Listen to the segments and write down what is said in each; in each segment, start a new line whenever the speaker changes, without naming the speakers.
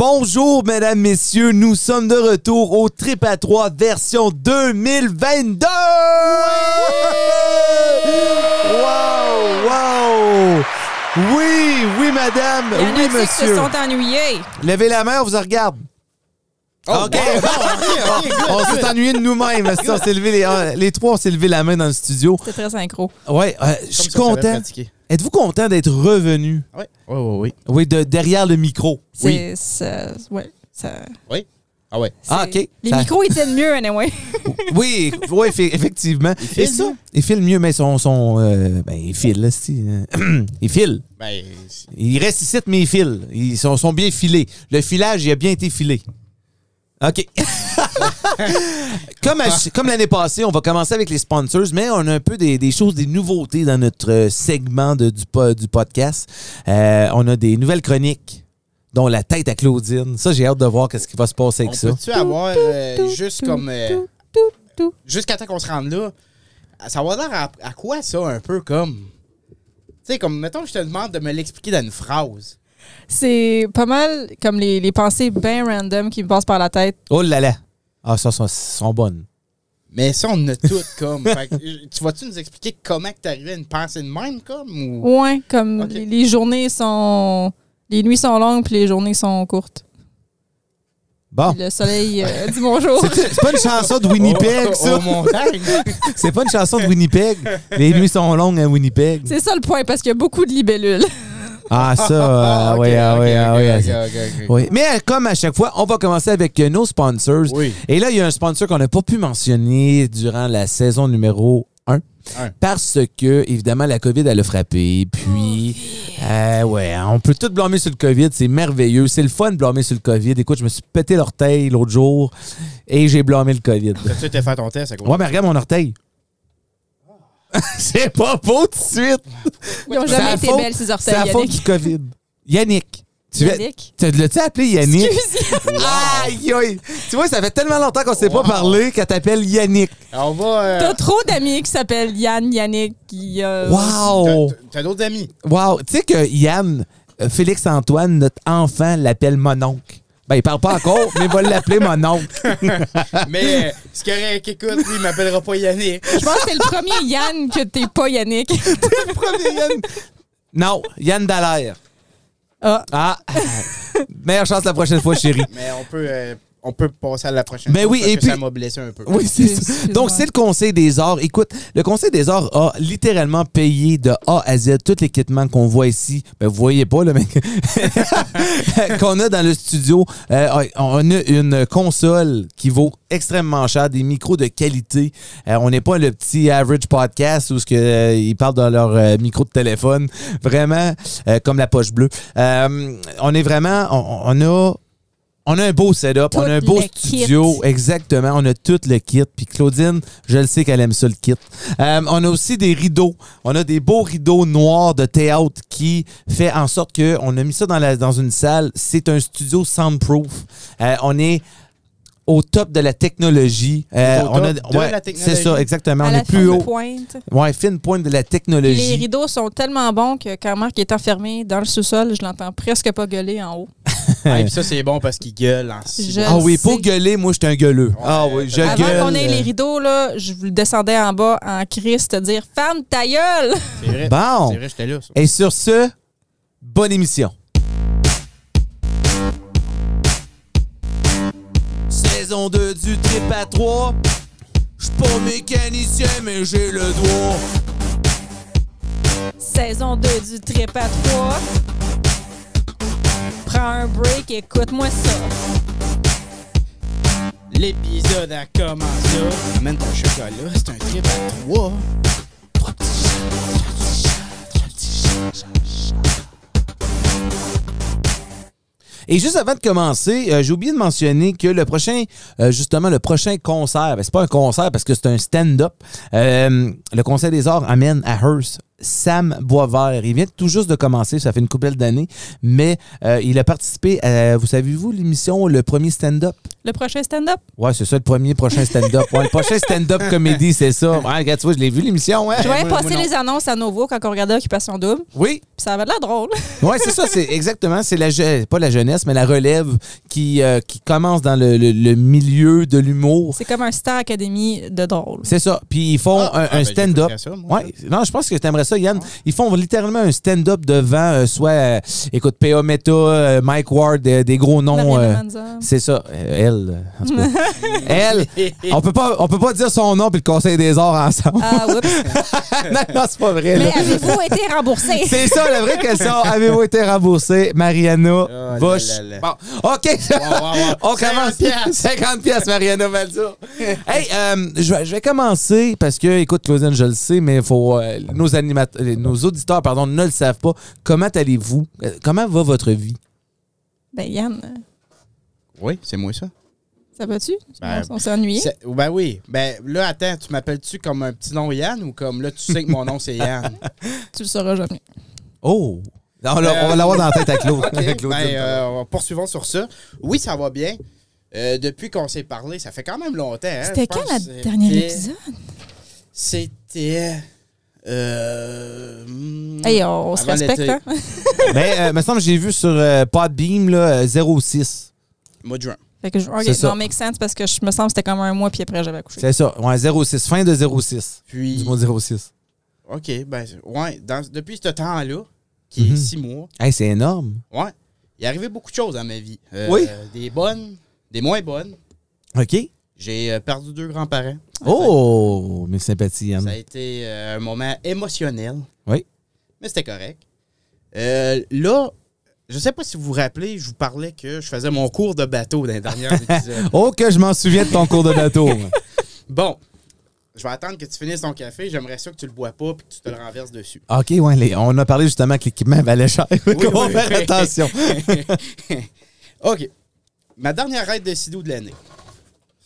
Bonjour, mesdames, messieurs. Nous sommes de retour au Trip à 3 version 2022! Wow! Wow! Oui, oui, madame,
Il y en
Ah
a
oui,
qui se
monsieur.
sont ennuyés.
Levez la main, on vous regarde. OK, on s'est ennuyé de nous-mêmes. si On s'est levé les, euh, les trois, on s'est levé la main dans le studio.
C'est très synchro.
Ouais, euh, je suis content.
Oui,
Êtes-vous content d'être revenu?
oui, oui.
Oui, de, derrière le micro.
C'est, ça- ouais, ça-
Ah ouais.
Ah,
c'est-
OK.
Les
Ça-
micros étaient mieux, anyway.
Oui, oui, effe- effectivement.
filent,
Et ça,
hein?
ils filent mieux, mais son, son euh, ben ils filent, là, si, euh, ils filent.
Ben,
Ils restent ici, mais ils filent. Ils sont, sont bien filés. Le filage, il a bien été filé. OK. comme à- comme l'année passée, on va commencer avec les sponsors, mais on a un peu des, des choses, des nouveautés dans notre euh, segment de- du, po- du podcast. Euh, on a des nouvelles chroniques, dont la tête à Claudine. Ça, j'ai hâte de voir qu'est-ce qui va se passer
on
avec ça.
peut-tu avoir euh, juste
tout,
comme. euh,
tout, tout, tout.
Jusqu'à temps qu'on se rende là, ça va l'air à, à quoi ça, un peu comme. Tu sais, comme, mettons, je te demande de me l'expliquer dans une phrase.
C'est pas mal comme les, les pensées bien random qui me passent par la tête.
Oh là là. Ah, ça, ça, ça sont bonnes.
Mais ça, on en a toutes comme. Fait que, euh, tu vas-tu nous expliquer comment que t'es arrivé à une pensée de même, comme ou...
Ouais, comme
OK.
les, les journées sont. Les nuits sont longues puis les journées sont courtes.
Bon.
Le soleil euh, dit bonjour.
Oh. C'est pas une chanson de Winnipeg,
Au-
ça.
Au montagne.
C'est pas une chanson de Winnipeg. Les nuits sont longues à Winnipeg.
C'est ça le point, parce qu'il y a beaucoup de libellules.
Ah, ça, ah,
ok,
oui, ah,
ok,
oui, ah,
ok,
oui, ah,
ok,
ça.
ok, ok.
Oui. Mais euh, comme à chaque fois, on va commencer avec euh, nos sponsors.
Oui.
Et là, il y a un sponsor qu'on n'a pas pu mentionner durant la saison numéro 1.
Un.
Parce que, évidemment, la COVID, elle a frappé. Puis, euh, ouais, on peut tout blâmer sur le COVID. C'est merveilleux. C'est le fun de blâmer sur le COVID. Écoute, je me suis pété l'orteil l'autre jour et j'ai blâmé le COVID.
T'as-tu été faire ton test à quoi?
Ouais, mais regarde mon orteil. C'est pas beau tout de suite.
Ils ont
C'est
jamais
la
été
faute-
belles, ces
C'est
orteils,
la faute
Yannick.
du COVID. Yannick. Tu vas-
Yannick?
tu l'as-tu appelé Yannick?
Excuse.
Aïe, aïe. Tu vois, ça fait tellement longtemps qu'on s'est
Wow.
pas parlé qu'elle t'appelle Yannick.
On va. euh,
T'as trop d'amis qui s'appellent Yann, Yannick, qui. euh,
Wow!
t'as- T'as d'autres amis.
Wow! Tu sais que Yann, euh, Félix-Antoine, notre enfant, l'appelle mon oncle. Ben, il parle pas encore, mais il va l'appeler mon oncle.
Mais euh, ce qu'il y aurait qu'écoute, lui, il m'appellera pas Yannick.
Je pense que c'est le premier Yann que t'es pas Yannick.
Premier Yann. Non, Yann Dallaire.
Ah.
Ah! Meilleure chance la prochaine fois, chérie.
Mais on peut, euh, on peut passer à la prochaine.
Ben
chose
oui,
parce
et
que
puis-
ça m'a blessé un peu.
Oui, c'est ça.
Excuse-moi.
Donc, c'est le Conseil des arts. Écoute, le Conseil des arts a littéralement payé de A à Z tout l'équipement qu'on voit ici. Ben, vous voyez pas, le mec. qu'on a dans le studio. Euh, on a une console qui vaut extrêmement cher, des micros de qualité. Euh, on n'est pas le petit average podcast où ce que, euh, ils parlent dans leur euh, micro de téléphone. Vraiment, euh, comme la poche bleue. Euh, on est vraiment... on- on a... On a un beau setup,
Tout
on a un beau
le kit.
studio, exactement. On a tout le kit. Puis Claudine, je le sais qu'elle aime ça le kit. Euh, on a aussi des rideaux. On a des beaux rideaux noirs de théâtre qui fait en sorte que on a mis ça dans, la, dans une salle. C'est un studio soundproof. Euh, on est au top de la technologie. Euh,
Au
on a-
top de la technologie.
C'est ça, exactement.
à
on
la
est plus
fine
haut.
pointe.
Ouais, fine pointe de la
Puis
technologie.
Les rideaux sont tellement bons que quand Marc est enfermé dans le sous-sol, je l'entends presque pas gueuler en haut.
Ah, et puis ça, c'est bon parce qu'il gueule en six
Je-
mois.
ah oui,
sais.
pour gueuler, moi, je suis un gueuleux. ah oui, je
Avant
gueule.
qu'on ait les rideaux, là, je vous le descendais en bas en crise, te dire Ferme ta gueule!
C'est vrai.
Bon.
C'est vrai, j'étais là. ça.
Et sur ce, bonne émission. Saison 2 du trip à 3. J'suis pas mécanicien, mais j'ai le doigt.
Saison 2 du trip à 3. Prends un break, écoute-moi ça.
L'épisode a commencé. Amène ton chocolat, c'est un trip à trois.
Et juste avant de commencer, euh, j'ai oublié de mentionner que le prochain, euh, justement, le prochain concert, ben, c'est pas un concert parce que c'est un stand-up. Euh, le Conseil des Arts amène à Hearst Sam Boisvert. Il vient tout juste de commencer, ça fait une couple d'années, mais euh, il a participé à, vous savez-vous, l'émission Le Premier Stand-Up?
Le prochain stand-up.
Ouais, c'est ça, le premier prochain stand-up. Ouais, le prochain stand-up comédie, c'est ça. Ouais, regarde, tu vois, je l'ai vu l'émission, hein?
Je voyais
moi- moi
passer
non.
les annonces à Novo quand on regardait Occupation Double. puis
Oui,
ça avait de l'air drôle.
ouais, c'est ça, c'est exactement. C'est la je- pas la jeunesse, mais la relève qui, euh, qui commence dans le, le- le milieu de l'humour.
C'est comme un Star Academy de drôle.
C'est ça. Puis ils font un, un stand-up. Ouais. Non, je pense que t'aimerais ça, Yann. Ils font littéralement un stand-up devant, euh, soit, euh, écoute, P.A. Meta, euh, Mike Ward, euh, des gros noms.
Mariana
euh,
Manza.
c'est ça. Euh, elle, euh, en tout cas. elle. On peut pas, on peut pas dire son nom puis le Conseil des Arts ensemble.
Ah, oups.
non, non, c'est pas vrai. là.
Mais avez-vous été remboursé?
C'est ça, la vraie question. Avez-vous été remboursé, Mariana
Oh, là
Bush?
là là.
Bon, OK. On commence.
50 piastres.
50 piastres, Mariana Malza. hey, euh, je, vais- je vais commencer parce que, écoute, Claudine, je le sais, mais faut, euh, nos, animateurs, euh, nos auditeurs pardon, ne le savent pas. Comment allez-vous? Euh, Comment va votre vie?
Ben, Yann,
Oui, c'est moi ça.
ça va-tu?
Ben,
on on s'est ennuyé.
C'est- Ben oui. Ben là, attends, tu m'appelles-tu comme un petit nom Yann ou comme là, tu sais que mon nom c'est Yann?
Tu le sauras jamais.
Euh,
Oh! On, l'a- on va l'avoir dans la tête à Claude.
OK, ben,
Claudine.
euh, poursuivons sur ça. Oui, ça va bien. Euh, depuis qu'on s'est parlé, ça fait quand même longtemps. hein.
C'était
Je pense
quand la
que c'était-
dernière épisode?
C'était. Euh. hmm,
Hey, on, on se
avant
respecte,
l'été.
hein?
Mais, euh, me semble que j'ai vu sur euh, Podbeam là, euh, 06.
Mois de juin.
Fait que je, ok,
C'est ça.
non, make sense parce que je me sens que c'était comme un mois, puis après j'avais accouché.
C'est ça. Ouais, 06. Fin de 06. Du
Puis.
mot 06.
OK, ben, ouais, dans- depuis ce temps-là, qui
Mhm.
est six mois,
Hey, c'est énorme.
ouais, il est arrivé beaucoup de choses dans ma vie. Euh,
Oui.
Des bonnes, des moins bonnes.
OK.
J'ai euh, perdu deux grands-parents.
Oh, mes sympathies, Yann.
Ça a été euh, un moment émotionnel.
Oui.
Mais c'était correct. Euh, là, je sais pas si vous vous rappelez, je vous parlais que je faisais mon cours de bateau dans les derniers épisodes.
Oh, que je m'en souviens de ton cours de bateau.
Bon, je vais attendre que tu finisses ton café. J'aimerais ça que tu le bois pas puis que tu te le renverses dessus.
OK, ouais, les- on a parlé justement que l'équipement valait cher. On va
oui,
faire
oui.
attention.
OK. Ma dernière raid de Sidou de l'année.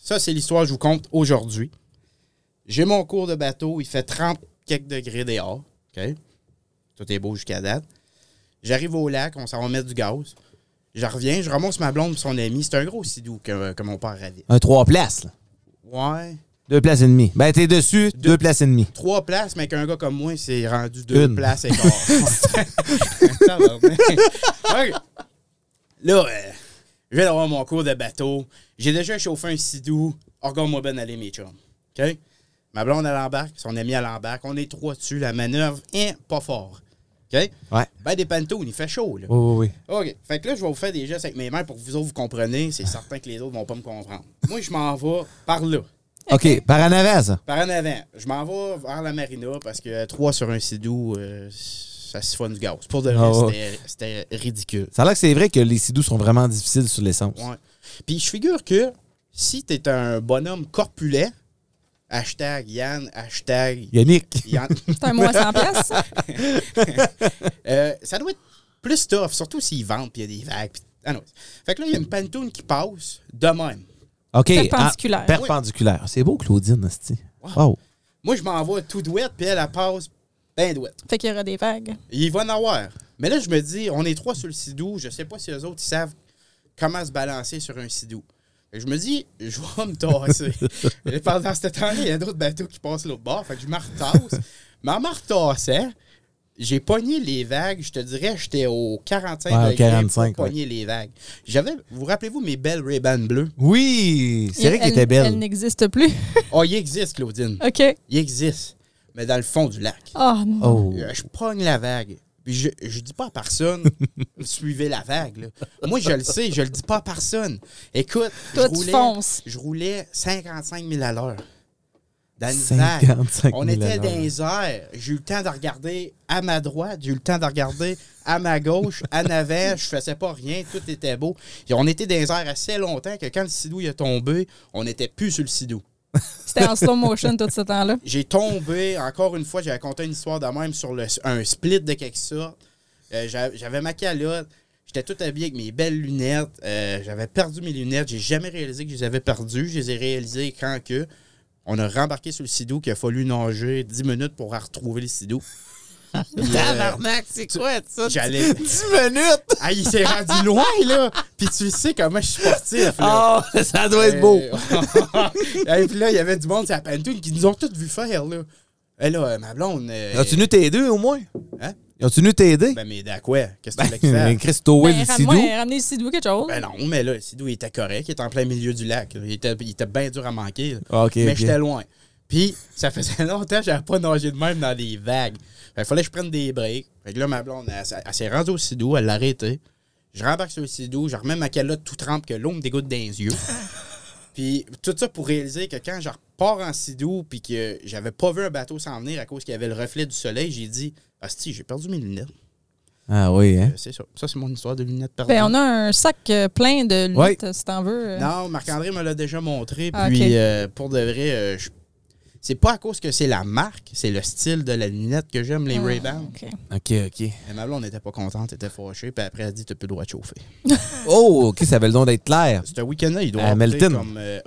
Ça, c'est l'histoire que je vous compte aujourd'hui. J'ai mon cours de bateau. Il fait 30 quelques degrés dehors. OK? Tout est beau jusqu'à date. J'arrive au lac. On s'en va mettre du gaz. Je reviens. Je remonte sur ma blonde et son ami. C'est un gros Sidou que, que mon père avait.
Un trois places, là.
Ouais.
Deux places et demie. Ben, t'es dessus, deux,
Deux.
places et demie.
Trois places, mais qu'un gars comme moi, c'est rendu deux
Une.
places et quart. Ça va, mais- Ok. Là, euh, je viens d'avoir mon cours de bateau. J'ai déjà chauffé un sidou. Regarde-moi ben aller, mes chums. OK? Ma blonde, elle embarque. Son ami, elle embarque. On est trois dessus. La manœuvre, hein, pas fort. OK?
Ouais. Oh.
Ben des pantounes, il fait chaud, là.
Oui, oui,
OK. Fait que là, je vais vous faire des gestes avec mes mains pour que vous autres vous compreniez.
Ah.
C'est certain que les autres vont pas me comprendre. Moi, je m'en vais par là.
oui. OK, par en avant, ça.
Par en avant, je m'en vais vers la marina parce que 3 sur un sidou, euh, ça siphonne du gaz. Pour de vrai,
Ah ouais.
c'était- c'était ridicule.
Ça a l'air que c'est vrai que les sidous sont vraiment difficiles sur l'essence.
Ouais. Puis je figure que si t'es un bonhomme corpulent, hashtag Yann, hashtag
Yannick.
Yann,
C'est un mois sans pièces.
euh, ça doit être plus tough, surtout s'ils vendent puis il y a des vagues. puis- Ah non. Fait que là, il y a une pantoune qui passe de même.
OK.
Perpendiculaire.
en- perpendiculaire. Ah, C'est beau, Claudine, hostie. Wow.
Moi, je m'en vais tout douette, puis elle, elle passe ben douette.
Fait qu'il y aura des vagues.
Il va en avoir. Mais là, je me dis, on est trois sur le sidou. Je sais pas si les autres ils savent comment se balancer sur un sidou. Fait que je me dis, je vais me tasser. Et Pendant ce temps-là, il y a d'autres bateaux qui passent l'autre bord. Fait que je me retasse. Mais en me retassant, j'ai pogné les vagues. Je te dirais, j'étais au 45
Ouais, au
degrés
45,
pour pogner les vagues. J'avais, vous rappelez-vous mes belles Ray-Ban bleues?
Oui, c'est vrai qu'elle
Elle-
était
Elle
belle.
n'existe plus.
Oh, ils existent, Claudine.
OK.
Ils existent. Mais dans le fond du lac.
Oh non.
Oh.
Euh, je pogne la vague. Puis je, je dis pas à personne, suivez la vague. là. Moi, je le sais, je le dis pas à personne. Écoute,
Toi,
je
tu
roulais,
fonces.
je roulais 55 000 à l'heure. Dans une vague.
55
On
000
était
à
dans
l'heure.
les airs. J'ai eu le temps de regarder à ma droite, j'ai eu le temps de regarder à ma gauche, en avant. Je faisais pas rien, tout était beau. Et on était dans les airs assez longtemps que quand le sidou il est tombé, on n'était plus sur le sidou.
C'était en slow motion tout ce temps-là.
J'ai tombé, encore une fois, j'ai raconté une histoire de même sur le, un split de quelque sorte. Euh, j'a- j'avais ma calotte, j'étais tout habillé avec mes belles lunettes. Euh, j'avais perdu mes lunettes, j'ai jamais réalisé que je les avais perdues. Je les ai réalisées quand que on a rembarqué sur le sidou, qu'il a fallu nager 10 minutes pour en retrouver le sidou.
Tabarnak, c'est quoi ça?
J'allais.
10 minutes!
Ah, il s'est rendu loin, là. Puis tu sais comment je suis sportif, là.
Oh, ça doit être beau!
Et puis là, il y avait du monde sur la Pantoune qui nous ont tous vu faire, là. Et là, euh, ma blonde. euh,
As-tu nu t'aider au moins?
Hein?
As-tu nu t'aider?
Ben, mais d'à quoi? Qu'est-ce que tu voulais qu'il
Ben,
fasse?
Christo Will,
Ben,
Sidou.
ramenez- ramenez le Sidou quelque chose.
Ben non, mais là, Sidou, il était correct. Il était en plein milieu du lac. là. Il était, il était bien dur à manquer. là.
Ah, ok,
mais
ok.
j'étais loin. Puis, ça faisait longtemps que j'avais pas nagé de même dans des vagues. Il fallait que je prenne des breaks. Fait que là, ma blonde, elle, elle s'est rendue au Sidou, elle l'a arrêté. Je rembarque sur le Sidou, je remets ma calotte tout trempe que l'eau me dégoûte dans les yeux. puis, tout ça pour réaliser que quand je repars en Sidou, puis que j'avais pas vu un bateau s'en venir à cause qu'il y avait le reflet du soleil, j'ai dit Ah, si, j'ai perdu mes lunettes.
Ah oui, hein?
Euh, C'est ça. Ça, c'est mon histoire de lunettes perdues.
Ben, on a un sac euh, plein de lunettes, si t'en veux. euh.
Non, Marc-André me l'a déjà montré. Puis,
Ah, ok.
euh, pour de vrai, euh, je- c'est pas à cause que c'est la marque, c'est le style de la lunette que j'aime, les
Ah,
Ray-Ban.
ok.
Ok, ok.
Et ma blonde n'était pas contente, elle était fâchée. Puis après, elle a dit T'as plus le droit de chauffer.
Oh, ok, ça avait le don d'être clair.
C'était un week-end-là, il doit
À
avoir coûté
Hamilton.
comme. euh,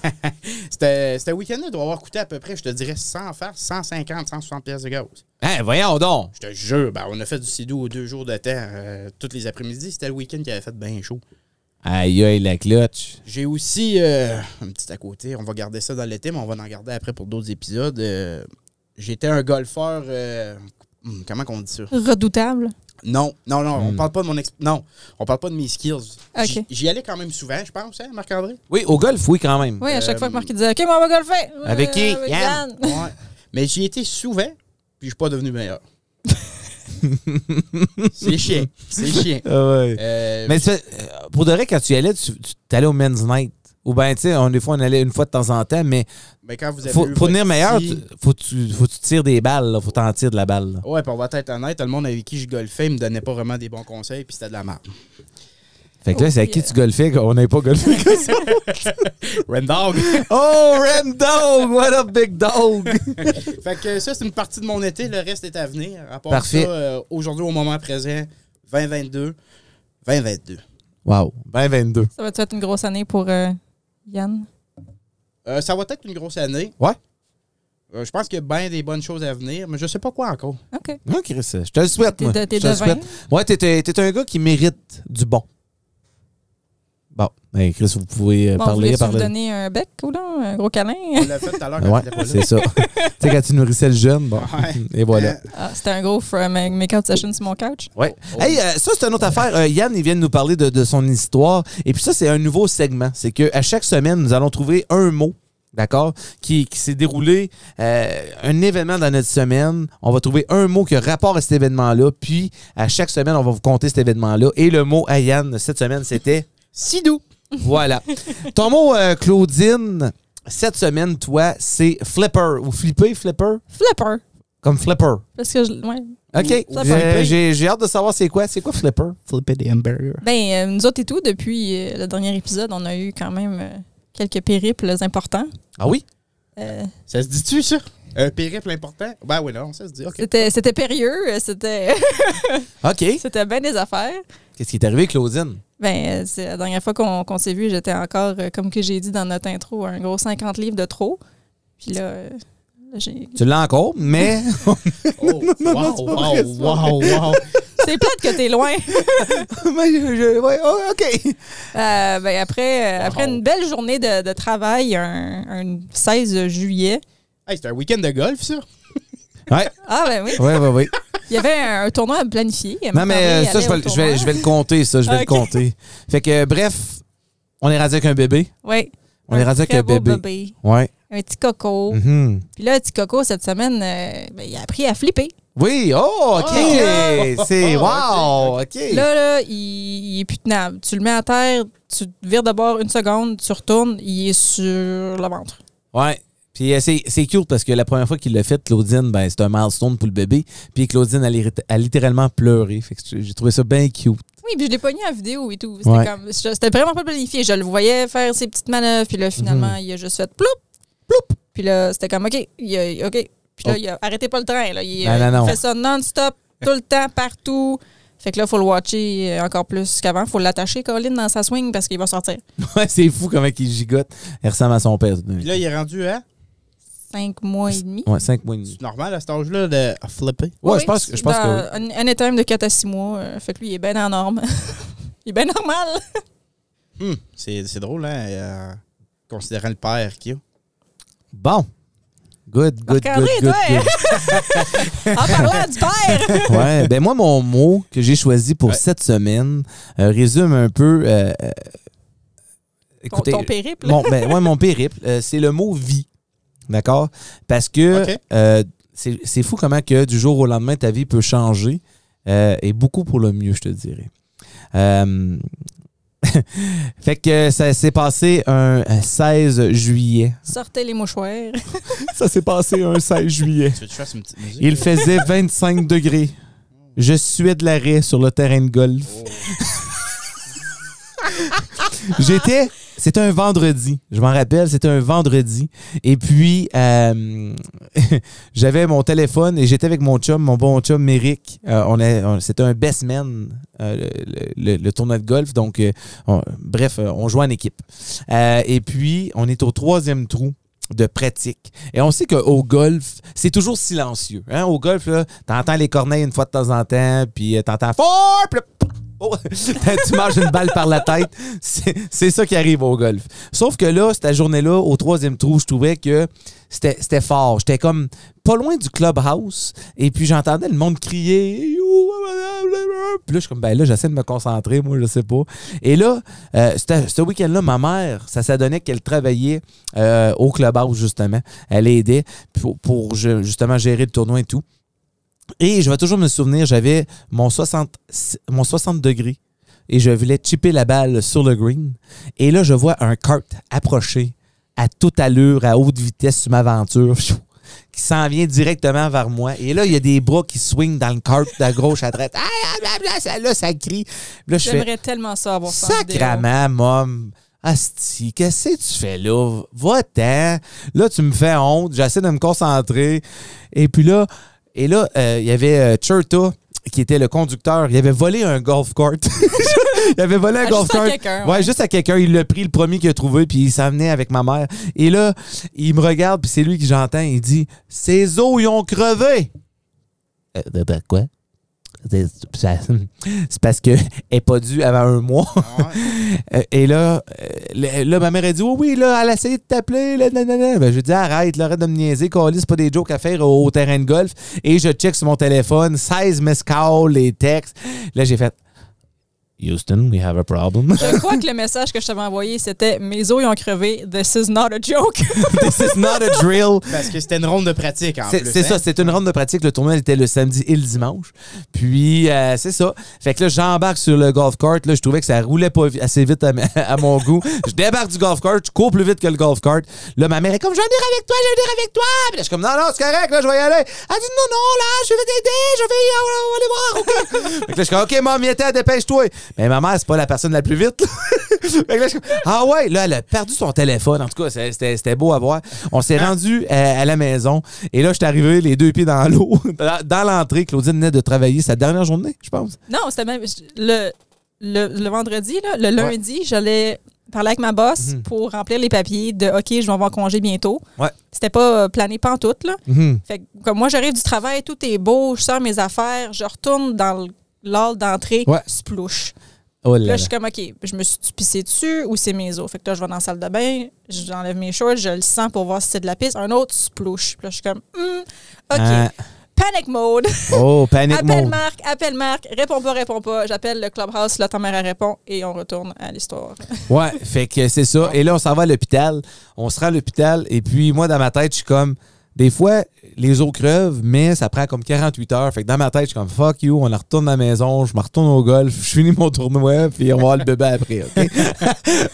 C'était c'était un week-end-là, il doit avoir coûté à peu près, je te dirais, sans faire 150, 160 pièces de gaz. Ben,
Hein, voyons donc!
Je te jure, ben, on a fait du sidou deux jours de temps, euh, tous les après-midi. C'était le week-end qui avait fait bien chaud.
Aïe, aïe, la clutch.
J'ai aussi euh, un petit à côté. On va garder ça dans l'été, mais on va en garder après pour d'autres épisodes. Euh, J'étais un golfeur. euh, hum, comment qu'on dit ça?
Redoutable.
Non, non, non, on
Hmm.
parle pas de mon exp... Non, on parle pas de mes skills.
Ok.
J'y- J'y allais quand même souvent, je pense, hein, Marc-André?
Oui, au golf, oui, quand même.
Oui, à chaque
Euh,
fois que Marc il disait Ok, moi, on va golfer. Euh,
Avec qui? Yann.
Yann.
Ouais. mais j'y étais souvent, puis je suis pas devenu meilleur. c'est chiant. C'est chiant.
Ah ouais.
Euh,
Mais c'est- euh, pour de vrai, quand tu y allais, tu, tu t'allais au men's night. Ou ben, tu sais, on- des fois, on allait une fois de temps en temps, mais
ben, quand vous avez
faut,
eu
pour
votre
devenir meilleur,
petit-
tu- faut que tu, faut que tu tires des balles, là. faut t'en tirer de la balle. là.
Ouais, puis on va être honnête, le monde avec qui je golfais, il me donnait pas vraiment des bons conseils, puis c'était de la merde.
Fait que là, c'est à
Oui,
qui
euh.
tu golfais qu'on n'avait pas golfé.
Rendog!
oh, Ram Dog! What up, Big Dog?
Fait que ça, c'est une partie de mon été. Le reste est à venir. À part
Parfait.
ça, euh, aujourd'hui, au moment présent, 2022. 2022.
Wow, 2022.
Ça va être une grosse année pour euh, Yann.
Euh, ça va être une grosse année.
Ouais.
Euh, je pense qu'il y a bien des bonnes choses à venir, mais je sais pas quoi encore.
OK.
Non, Chris, je te le souhaite.
T'es
moi.
de- t'es
je te le
devin.
souhaite. Ouais, t'es, t'es- t'es un gars qui mérite du bon. Bon, ben, Chris, vous pouvez euh,
Bon,
parler.
voulez-tu
parler.
vous donner un bec ou non? Un gros câlin?
On l'a fait tout à l'heure quand
Ouais,
t'étais pas là.
c'est ça. tu sais, quand tu nourrissais le jeune, bon.
Ouais.
Et voilà.
Euh,
Ah, C'était un gros fra- ma- make-out session sur mon couch.
Ouais.
Oh, oh.
Hey, euh, ça, c'est une autre affaire. Euh, Yann, il vient de nous parler de, de son histoire. Et puis ça, c'est un nouveau segment. C'est que à chaque semaine, nous allons trouver un mot, d'accord, qui, qui s'est déroulé, euh, un événement dans notre semaine. On va trouver un mot qui a rapport à cet événement-là. Puis, à chaque semaine, on va vous compter cet événement-là. Et le mot à Yann, cette semaine, c'était Sidou. Voilà. Ton mot, euh, Claudine, cette semaine, toi, c'est flipper. Ou flipper, flipper?
Flipper.
Comme flipper.
Parce que, je- ouais.
OK.
Ou- ou
Euh,
flipper.
J'ai j'ai hâte de savoir c'est quoi. C'est quoi flipper?
Flipper the hamburger.
Ben, euh, nous autres et tout, depuis euh, le dernier épisode, on a eu quand même euh, quelques périples importants.
Ah oui?
Euh,
Ça se dit-tu, ça? Un périple important? Ben oui, non, ça se dit. OK.
C'était c'était périlleux, euh, c'était
OK.
c'était bien des affaires.
Qu'est-ce qui est arrivé, Claudine?
Ben, euh, c'est la dernière fois qu'on qu'on s'est vu, j'étais encore, euh, comme que j'ai dit dans notre intro, un gros 50 livres de trop. Puis là, euh, là, j'ai-
Tu l'as encore, mais
Oh, wow, wow, wow, wow.
c'est plate que t'es loin.
Mais je- je- ouais, oh, OK.
Euh, ben après, euh,
Wow.
après une belle journée de, de travail, un, un 16 juillet.
Hey, c'est un week-end de golf, ça?
Ouais,
Ah ben oui,
ouais, ouais, ouais.
il y avait un, un tournoi à planifier.
Non, mais euh,
Marie
ça,
allait
je vais,
au
le- je, vais,
tournoi.
je vais le compter, ça. Je vais
Ah,
le
OK.
compter. Fait que, euh, bref, on est rendu avec un bébé.
Oui.
On est rendu avec
très
un
beau
bébé. Ouais.
Un petit coco.
Mhm.
Puis là, le petit coco, cette semaine, euh, ben, il a appris à flipper.
Oui, oh, OK.
Oh!
C'est
Oh,
wow, OK.
Là, là, il, il est plus tenable. Tu le mets à terre, tu te vires d'abord une seconde, tu retournes, il est sur le ventre.
Ouais. Puis euh, c'est c'est cute parce que la première fois qu'il l'a fait, Claudine, ben, c'est un milestone pour le bébé. Puis Claudine, elle, irrit- elle a littéralement pleuré. Fait que j'ai trouvé ça bien cute.
Oui, puis je l'ai pogné en vidéo et tout. C'était
Ouais.
comme- je- c'était vraiment pas planifié. Je le voyais faire ses petites manœuvres, puis là, finalement,
Mhm.
il a juste fait ploup, ploup. Puis là, c'était comme, OK, il a- OK. Puis là,
Oh.
il a arrêté pas le train. Là. Il,
Non,
euh,
non,
il
non.
fait ça non-stop, tout le temps, partout. Fait que là, il faut le watcher euh, encore plus qu'avant. faut l'attacher, Colin, dans sa swing parce qu'il va sortir.
Ouais, c'est fou comment il gigote. Elle ressemble à son père.
Puis là, il est rendu à
cinq mois et demi.
Ouais, cinq mois et demi.
C'est normal à cet âge-là de flipper.
Ouais,
Oui,
je pense, que- je pense
dans
que oui.
Un, un éternel de 4 à 6 mois. euh, fait que lui, il est bien en norme. il est bien normal.
Hmm, C'est c'est drôle, hein, euh, considérant le père qu'il y a.
Bon. Good, good, good,
Marc-André,
good,
toi! en parlant du père!
good. Ouais, ben moi, mon mot que j'ai choisi pour
Ouais.
cette semaine euh, résume un peu... euh, euh,
Ton-
écoutez,
ton périple.
mon, ben, ouais, mon périple, euh, c'est le mot vie. D'accord? Parce que
Ok.
euh, c'est c'est fou comment que du jour au lendemain, ta vie peut changer euh, et beaucoup pour le mieux, je te dirais. Euh, fait que ça s'est passé un 16 juillet.
Sortez les mouchoirs.
Ça s'est passé un 16 juillet.
Tu veux que je fasse une petite musique?
Il faisait 25 degrés. Je suais de l'arrêt sur le terrain de golf.
Oh.
J'étais. C'était un vendredi. Je m'en rappelle, c'était un vendredi. Et puis, euh, j'avais mon téléphone et j'étais avec mon chum, mon bon chum Méric. Euh, on est- on- c'était un best man, euh, le, le- le tournoi de golf. Donc, euh, on- bref, euh, on joue en équipe. Euh, et puis, on est au troisième trou de pratique. Et on sait qu'au golf, c'est toujours silencieux. hein. Au golf, là, t'entends les corneilles une fois de temps en temps, puis euh, t'entends fort, puis là, oh, tu manges une balle par la tête. C'est c'est ça qui arrive au golf. Sauf que là, cette journée-là, au troisième trou, je trouvais que c'était c'était fort. J'étais comme pas loin du clubhouse. Et puis j'entendais le monde crier. Youhou, blablabla. Puis là, je suis comme, ben là, j'essaie de me concentrer, moi, je sais pas. Et là, euh, c'était- ce week-end-là, ma mère, ça s'adonnait qu'elle travaillait euh, au clubhouse, justement. Elle aidait pour, pour je- justement gérer le tournoi et tout. Et je vais toujours me souvenir, j'avais mon 60, mon 60 degrés et je voulais chipper la balle sur le green. Et là, je vois un cart approcher à toute allure, à haute vitesse sur ma venture, pfiou, qui s'en vient directement vers moi. Et là, il y a des bras qui swingent dans le cart de gauche à droite. Ah, ah, ah, ah, ça, là, ça crie. Là, je fais,
J'aimerais tellement ça avoir ça. en
Sacrament, mom. Asti, qu'est-ce que tu fais là? Va-t'en. Là, tu me fais honte. J'essaie de me concentrer. Et puis là, et là, euh, il y avait euh, Churta, qui était le conducteur. Il avait volé un golf cart. il avait volé un
Ah,
golf
juste à
cart.
quelqu'un,
ouais,
ouais.
juste à quelqu'un. Il l'a pris, le premier qu'il a trouvé, puis il s'en venait avec ma mère. Et là, il me regarde, puis c'est lui qui j'entends. Il dit Ses os, ils ont crevé. Euh, ben, ben, quoi? C'est ça- c'est parce qu'elle n'est pas due avant un mois.
Ah ouais.
Euh, Et là, euh, le- là, ma mère a dit Oui, oui, là, elle a essayé de t'appeler. là, nanana. Ben, je lui ai dit Arrête, là, arrête de me niaiser, Callie, c'est pas des jokes à faire au, au terrain de golf. Et je check sur mon téléphone 16 miss calls, les textes. Là, j'ai fait Houston, we have a problem.
Je crois que le message que je t'avais envoyé, c'était Mes os, ils ont crevé. This is not a joke.
This is not a drill.
Parce que c'était une ronde de pratique en
C'est
plus.
c'est
hein?
ça, c'était une ronde de pratique. Le tournoi était le samedi et le dimanche. Puis, euh, c'est ça. Fait que là, j'embarque sur le golf cart. Là, je trouvais que ça roulait pas vi- assez vite à, ma- à mon goût. Je débarque du golf cart, je cours plus vite que le golf cart. Là, ma mère est comme, je vais venir avec toi, je vais venir avec toi. Puis là, je suis comme, non, non, c'est correct, là, je vais y aller. Elle dit, non, non, là, je vais t'aider, je vais y aller, on va aller voir, OK. fait que là, je suis comme, OK, maman, viens t'aider, dépêche-toi. Mais ma mère, c'est pas la personne la plus vite. là. fait que là, je suis comme, ah ouais, là, elle a perdu son téléphone. En tout cas, c'est- c'était c'était beau à voir. On
Ah.
s'est rendu euh, à la maison. Et là, je suis arrivé les deux pieds dans l'eau, dans- dans l'entrée. Claudine venait de travailler sa dernière journée, je pense.
Non, c'était même le, le, le vendredi, là, le lundi, j'allais parler avec ma boss
Mhm.
pour remplir les papiers de OK, je vais avoir congé bientôt.
Ouais.
C'était pas euh, plané pantoute, là.
Mhm.
Fait que, comme moi, j'arrive du travail, tout est beau, je sors mes affaires, je retourne dans le- l'hall d'entrée,
Ouais.
splouche.
Oh
Là,
là là.
je suis comme, OK, je me suis pissé dessus ou c'est mes os. Fait que là, je vais dans la salle de bain, j'enlève mes shorts, je le sens pour voir si c'est de la pisse. Un autre, splouche. Puis là, je suis comme, Hmm, OK,
Ah.
panic mode.
Oh, panic
Appelle
mode.
Marc, appelle Marc, réponds pas, réponds pas. J'appelle le clubhouse, là, ta mère elle répond et on retourne à l'histoire.
Ouais, fait que c'est ça. Et là, on s'en va à l'hôpital. On se rend à l'hôpital. Et puis, moi, dans ma tête, je suis comme. Des fois, les os crevent, mais ça prend comme 48 heures. Fait que dans ma tête, je suis comme fuck you, on en retourne à la maison, je me retourne au golf, je finis mon tournoi, puis on va voir le bébé après. OK?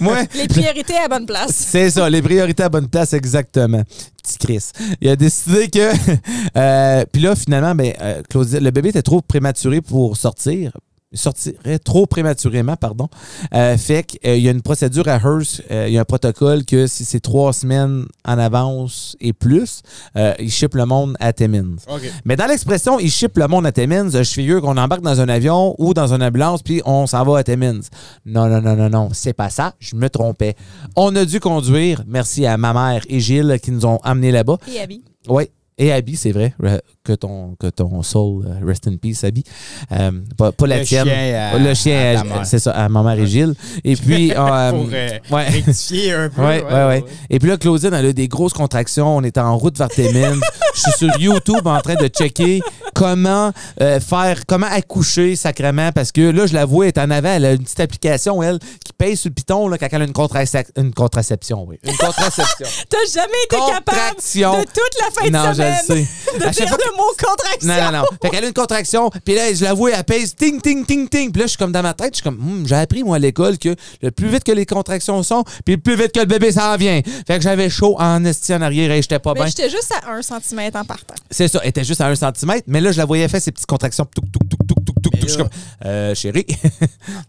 moi,
Les priorités à la bonne place.
C'est ça, les priorités à bonne place, exactement. Petit Chris. Il a décidé que. euh, Puis là, finalement, ben, euh, Claudine- le bébé était trop prématuré pour sortir. sortirait trop prématurément, pardon. Euh, fait qu'il y a une procédure à Hearst, euh, il y a un protocole que si c'est trois semaines en avance et plus, euh, ils shippent le monde à Timmins.
OK.
Mais dans l'expression ils shippent le monde à Timmins, je figure qu'on embarque dans un avion ou dans une ambulance puis on s'en va à Timmins. Non, non, non, non, non, c'est pas ça, je me trompais. On a dû conduire, merci à ma mère et Gilles qui nous ont amenés là-bas.
Et Abby.
Oui. Et Abby, c'est vrai, re- que ton, que ton soul, euh, rest in peace, Abby. Euh, pas, pas la
Le
tienne.
chien à-
le chien,
à
à-
ta mère.
c'est ça, à ma mère et Gilles. Et puis. euh,
Pour euh,
ouais.
rectifier un peu.
Ouais, ouais, ouais. Et puis là, Claudine, elle a eu des grosses contractions. On était en route vers Timmins. Je suis sur YouTube en train de checker comment euh, faire, comment accoucher sacrément. Parce que là, je la vois, elle est en avant. Elle a une petite application, elle, qui paye sur le piton là, quand elle a une, contracep- une contraception. Oui. Une contraception.
T'as jamais été capable
Contraction.
de toute la fin
non,
de
je le
semaine
sais.
de
À chaque
dire
fois
le mot contraction.
non, non, non. Fait qu'elle a une contraction, puis là, je l'avoue, elle pèse ting, ting, ting, ting. Puis là, je suis comme dans ma tête, je suis comme, Hum, j'ai appris, moi, à l'école, que le plus vite que les contractions sont, puis le plus vite que le bébé s'en vient. Fait que j'avais chaud en esti en arrière et j'étais pas
Mais
bien.
j'étais juste à un centimètre en partant.
C'est ça, elle était juste à un centimètre, mais là, je la voyais faire ses petites contractions, touc, touc, touc, touc, touc, touc, touc.
Mais
Je suis
là-
comme, euh, chérie.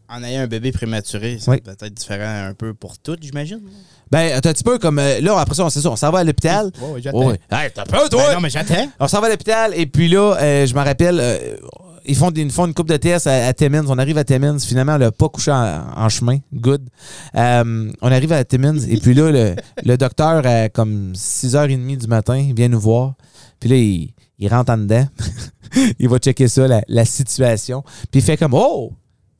En ayant un bébé prématuré, ça
Oui.
peut être différent un peu pour toutes, j'imagine.
ben, un petit peu comme, euh, là, après ça, on- c'est ça, on s'en va à l'hôpital.
Ouais, ouais, j'attends.
Oh, ouais. Hey, t'as peur, toi?
Ben non, mais j'attends.
On s'en va à l'hôpital et puis là, euh, je me rappelle, euh, ils font, des- ils font une coupe de tests à, à Timmins. On arrive à Timmins. Finalement, on l'a pas couché en, en chemin. Good. Euh, on arrive à Timmins et puis là, le, le docteur, à comme 6h30 du matin, il vient nous voir. Puis là, il, il rentre en dedans. il va checker ça, la, la situation. Puis il fait comme Oh!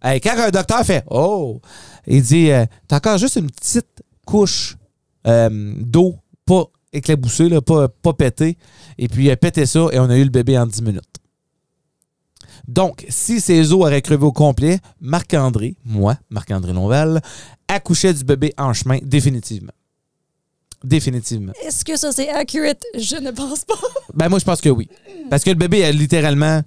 Hey, quand un docteur fait Oh! Il dit euh, T'as encore juste une petite couche euh, d'eau, pas éclaboussée, là, pas, pas pétée. Et puis, il a pété ça et on a eu le bébé en 10 minutes. Donc, si ses os auraient crevé au complet, Marc-André, moi, Marc-André Lonval, accouchait du bébé en chemin définitivement. Définitivement.
Est-ce que ça, c'est accurate? Je ne pense pas.
Ben moi, je pense que oui. Parce que le bébé a littéralement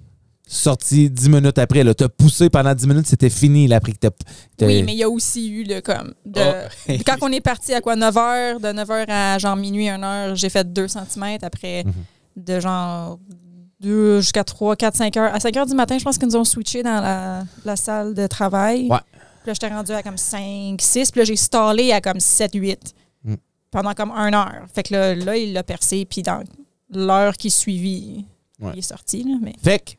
sorti 10 minutes après. là. T'as poussé pendant 10 minutes, c'était fini là, après que t'as... t'as-
Oui, mais il y a aussi eu le comme. De,
Oh.
quand on est parti à quoi 9 h, de 9 h à genre minuit, 1 h, j'ai fait 2 cm après
Mhm.
de genre 2 jusqu'à 3, 4, 5 heures. À 5 h du matin, je pense qu'ils nous ont switché dans la, la salle de travail.
Ouais.
Puis là, j'étais rendue à comme 5, 6. Puis là, j'ai stallé à comme 7, 8
Mm.
pendant comme 1 heure. Fait que là, là il l'a percé. Puis dans l'heure qui suivit,
Ouais.
il est sorti. Là, mais
Fait que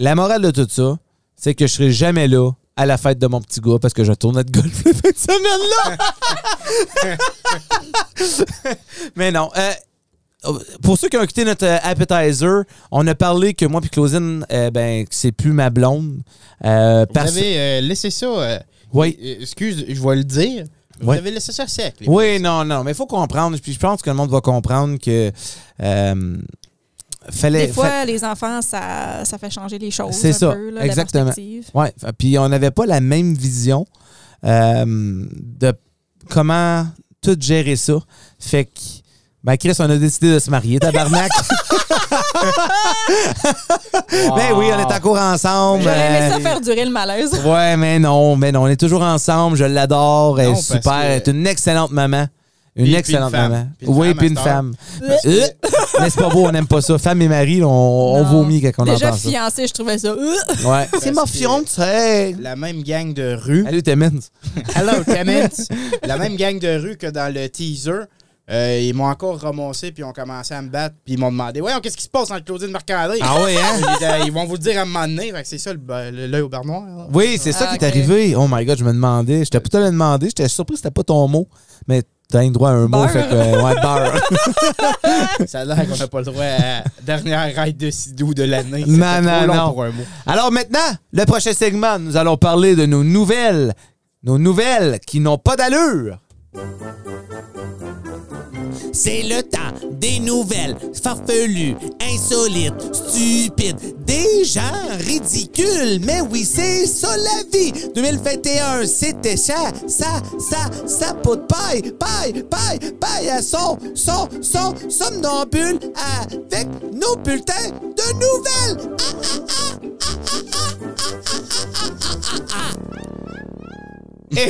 la morale de tout ça, c'est que je serai jamais là à la fête de mon petit gars parce que je tournais de golf la fin de semaine-là. Mais non. euh, pour ceux qui ont écouté notre euh, appetizer, on a parlé que moi puis Claudine, euh, ben, que c'est plus ma blonde. euh,
Vous
parce-
avez euh, laissé ça. euh,
Oui.
euh, Excuse, je vais le dire. Vous
Oui.
avez laissé ça sec. les
Oui, non, non, mais il faut comprendre. Puis je pense que le monde va comprendre que euh, fallait.
des fois, les enfants, ça, ça fait changer les choses.
C'est
un
ça,
peu, là, la
exactement.
perspective.
Ouais, fa- puis on n'avait pas la même vision euh, de comment tout gérer ça. Fait que, ben Chris, on a décidé de se marier, tabarnak.
Wow.
ben oui, on est en cours ensemble.
J'aurais aimé ça
Euh,
faire durer le malaise.
Ouais, mais non, mais non, on est toujours ensemble, je l'adore, elle est
Non, parce
super, elle est
que-
une excellente maman. Une
Puis- puis
excellente
une femme.
maman.
Puis une
oui,
femme,
puis une
à cette heure.
femme. Euh, mais c'est pas beau, on n'aime pas ça. Femme et mari, on, on
Non.
vomit quand on
Déjà
entend
fiancée, je trouvais ça. euh,
ça. Ouais.
C'est ma
fiancée.
La même gang de rue.
Allô, Timmins.
Hello, Kemet. la même gang de rue que dans le teaser. Euh, ils m'ont encore remonté, puis ils ont commencé à me battre, puis ils m'ont demandé Ouais, qu'est-ce qui se passe entre Claudine Marc-André
Ah oui, hein?
Ils, euh, ils vont vous le dire à un moment donné. Fait que c'est ça le ba- le- l'œil au bar noir. là.
Oui, c'est ça
Ah,
qui
ok.
est arrivé. Oh my god, je me demandais. J'étais pas te le demander. J'étais surpris que c'était pas ton mot. Mais t'as le droit à un mot.
Beurre.
Fait que, euh, ouais, beurre.
Ça a l'air qu'on n'a pas le droit à la dernière ride de Sidou de l'année.
Non, non,
C'était trop long
non.
pour un mot.
Alors maintenant, le prochain segment, nous allons parler de nos nouvelles. Nos nouvelles qui n'ont pas d'allure. C'est le temps des nouvelles farfelues, insolites, stupides, des gens ridicules. Mais oui, c'est ça la vie. 2021, c'était ça, ça, ça, ça, pot de paille, paille, paille, paille à son, son, son, somnambule avec nos bulletins de nouvelles. Ah, ah, ah, ah, ah, ah,
Ça,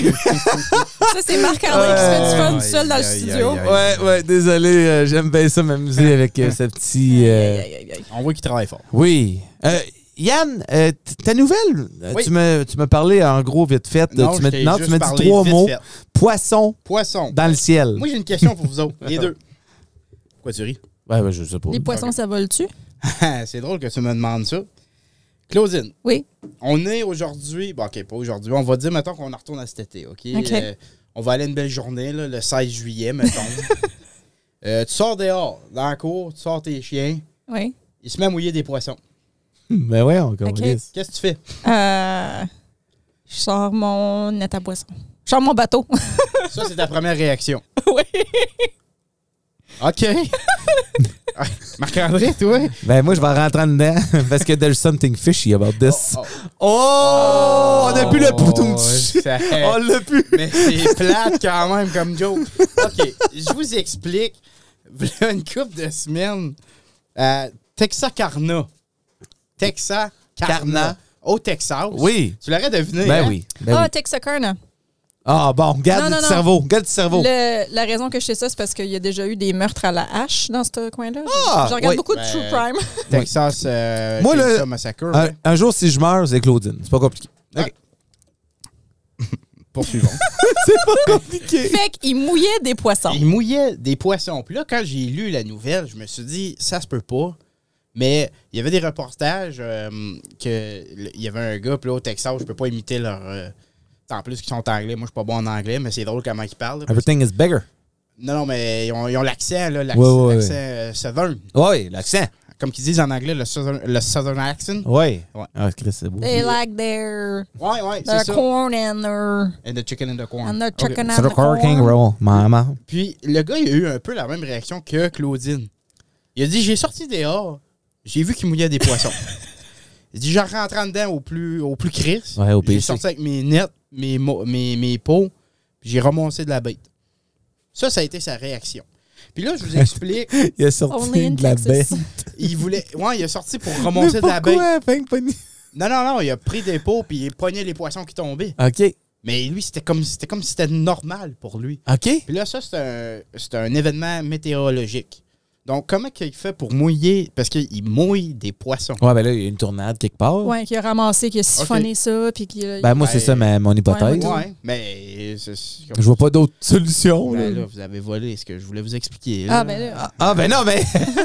c'est Marc-André qui se fait du
Euh,
fun seul dans le studio.
Aïe, aïe,
Ouais, ouais, désolé, euh, j'aime bien ça m'amuser avec euh, ce petit. euh,
Aïe, aïe, aïe, aïe.
On voit qu'il travaille fort.
Oui. Euh, Yann, euh, t- ta nouvelle, euh,
Oui.
tu, me, tu me parlais en gros vite fait.
Non,
tu
je
me,
t'ai
non,
juste
tu m'as
parlé
dit trois
vite
mots.
fait.
Poisson
Poisson.
dans le ciel.
Moi, j'ai une question pour vous autres, les deux. Pourquoi tu ris?
Ouais, ouais, je sais pas.
Les poissons,
Ok.
ça vole-tu?
C'est drôle que tu me demandes ça. Claudine.
Oui.
On est aujourd'hui, bon, OK, pas aujourd'hui, on va dire maintenant qu'on en retourne à cet été, OK?
OK.
Euh, on va aller une belle journée, là, le 16 juillet, mettons. Euh, tu sors dehors, dans la cour, tu sors tes chiens,
Oui.
ils se mettent à mouiller des poissons.
Mais ouais, on calisse.
Qu'est-ce que tu fais?
Euh, je sors mon net à poisson. Je sors mon bateau.
Ça, c'est ta première réaction.
oui.
OK. Ah, Marc-André, toi?
Ben moi, je vais rentrer en dedans parce que there's something fishy about this.
Oh,
Oh! on a plus le poutoum dessus.
ça-
On l'a plus.
Mais c'est plate quand même comme joke. OK, je vous explique. V'là une couple de semaines, euh, Texarkana. Texarkana.
Carna.
Au Texas.
Oui.
Tu l'aurais deviné.
Ben
hein?
oui. ben
Ah,
oui.
Texarkana.
Ah bon, garde
Non,
le
non,
cerveau. Garde le cerveau.
Le- la raison que je sais ça, c'est parce qu'il y a déjà eu des meurtres à la hache dans ce coin-là.
Ah,
je regarde
oui.
beaucoup de
Ben,
True Crime.
Texas. euh,
Moi, le- Euh,
Chainsaw Massacre.
Un, un jour, si je meurs, c'est Claudine. C'est pas compliqué.
OK. Ah. Poursuivons.
Fait qu'il mouillait des poissons.
Il mouillait des poissons. Puis là, quand j'ai lu la nouvelle, je me suis dit, ça se peut pas. Mais il y avait des reportages euh, que le- il y avait un gars, puis là, au Texas, je peux pas imiter leur. euh, en plus, qu'ils sont anglais. Moi, je suis pas bon en anglais, mais c'est drôle comment ils parlent. là.
Everything is bigger.
Non, non, mais ils ont ils ont l'accent, là, l'accent,
Ouais, ouais, ouais.
l'accent, euh, southern.
Oui, l'accent.
Comme qu'ils disent en anglais, le southern, le southern accent.
Oui.
Ouais.
Ah, Chris, c'est beau.
They like their,
Ouais, ouais, c'est
their
ça.
corn and their,
And the chicken and the corn.
and their
Ok.
chicken
C'est
and
le
the corn.
corking roll, maman.
Puis le gars, il a eu un peu la même réaction que Claudine. Il a dit J'ai sorti dehors, j'ai vu qu'il mouillait des poissons. il dit J'en rentre en dedans au plus, au plus crisse.
Ouais, au
j'ai
PC.
sorti avec mes nettes, mes, mo- mes, mes peaux, puis j'ai remonté de la bête. Ça, ça a été sa réaction. Puis là, je vous explique,
Il a
Only in
sorti de la
Texas.
bête.
il voulait. Ouais, il a sorti pour remonter de la bête. Non, non, non, il a pris des peaux, puis il pognait les poissons qui tombaient.
OK.
Mais lui, c'était comme c'était comme si c'était normal pour lui.
OK.
Puis là, ça, c'est un, c'est un événement météorologique. Donc, comment qu'il fait pour mouiller? Parce qu'il mouille des poissons.
Ouais, ben là, il y a une tournade quelque part.
Ouais, qui a ramassé, qui a siphonné ça, puis qui a...
Oh. Ben moi, c'est
Ben,
ça ma, mon hypothèse.
ouais.
Ouais, mais c'est- c'est comme-
Je vois pas d'autre solution.
Ben
là.
là, vous avez volé ce que je voulais vous expliquer. là.
ah, ben là,
Ah, ah, ben non, mais.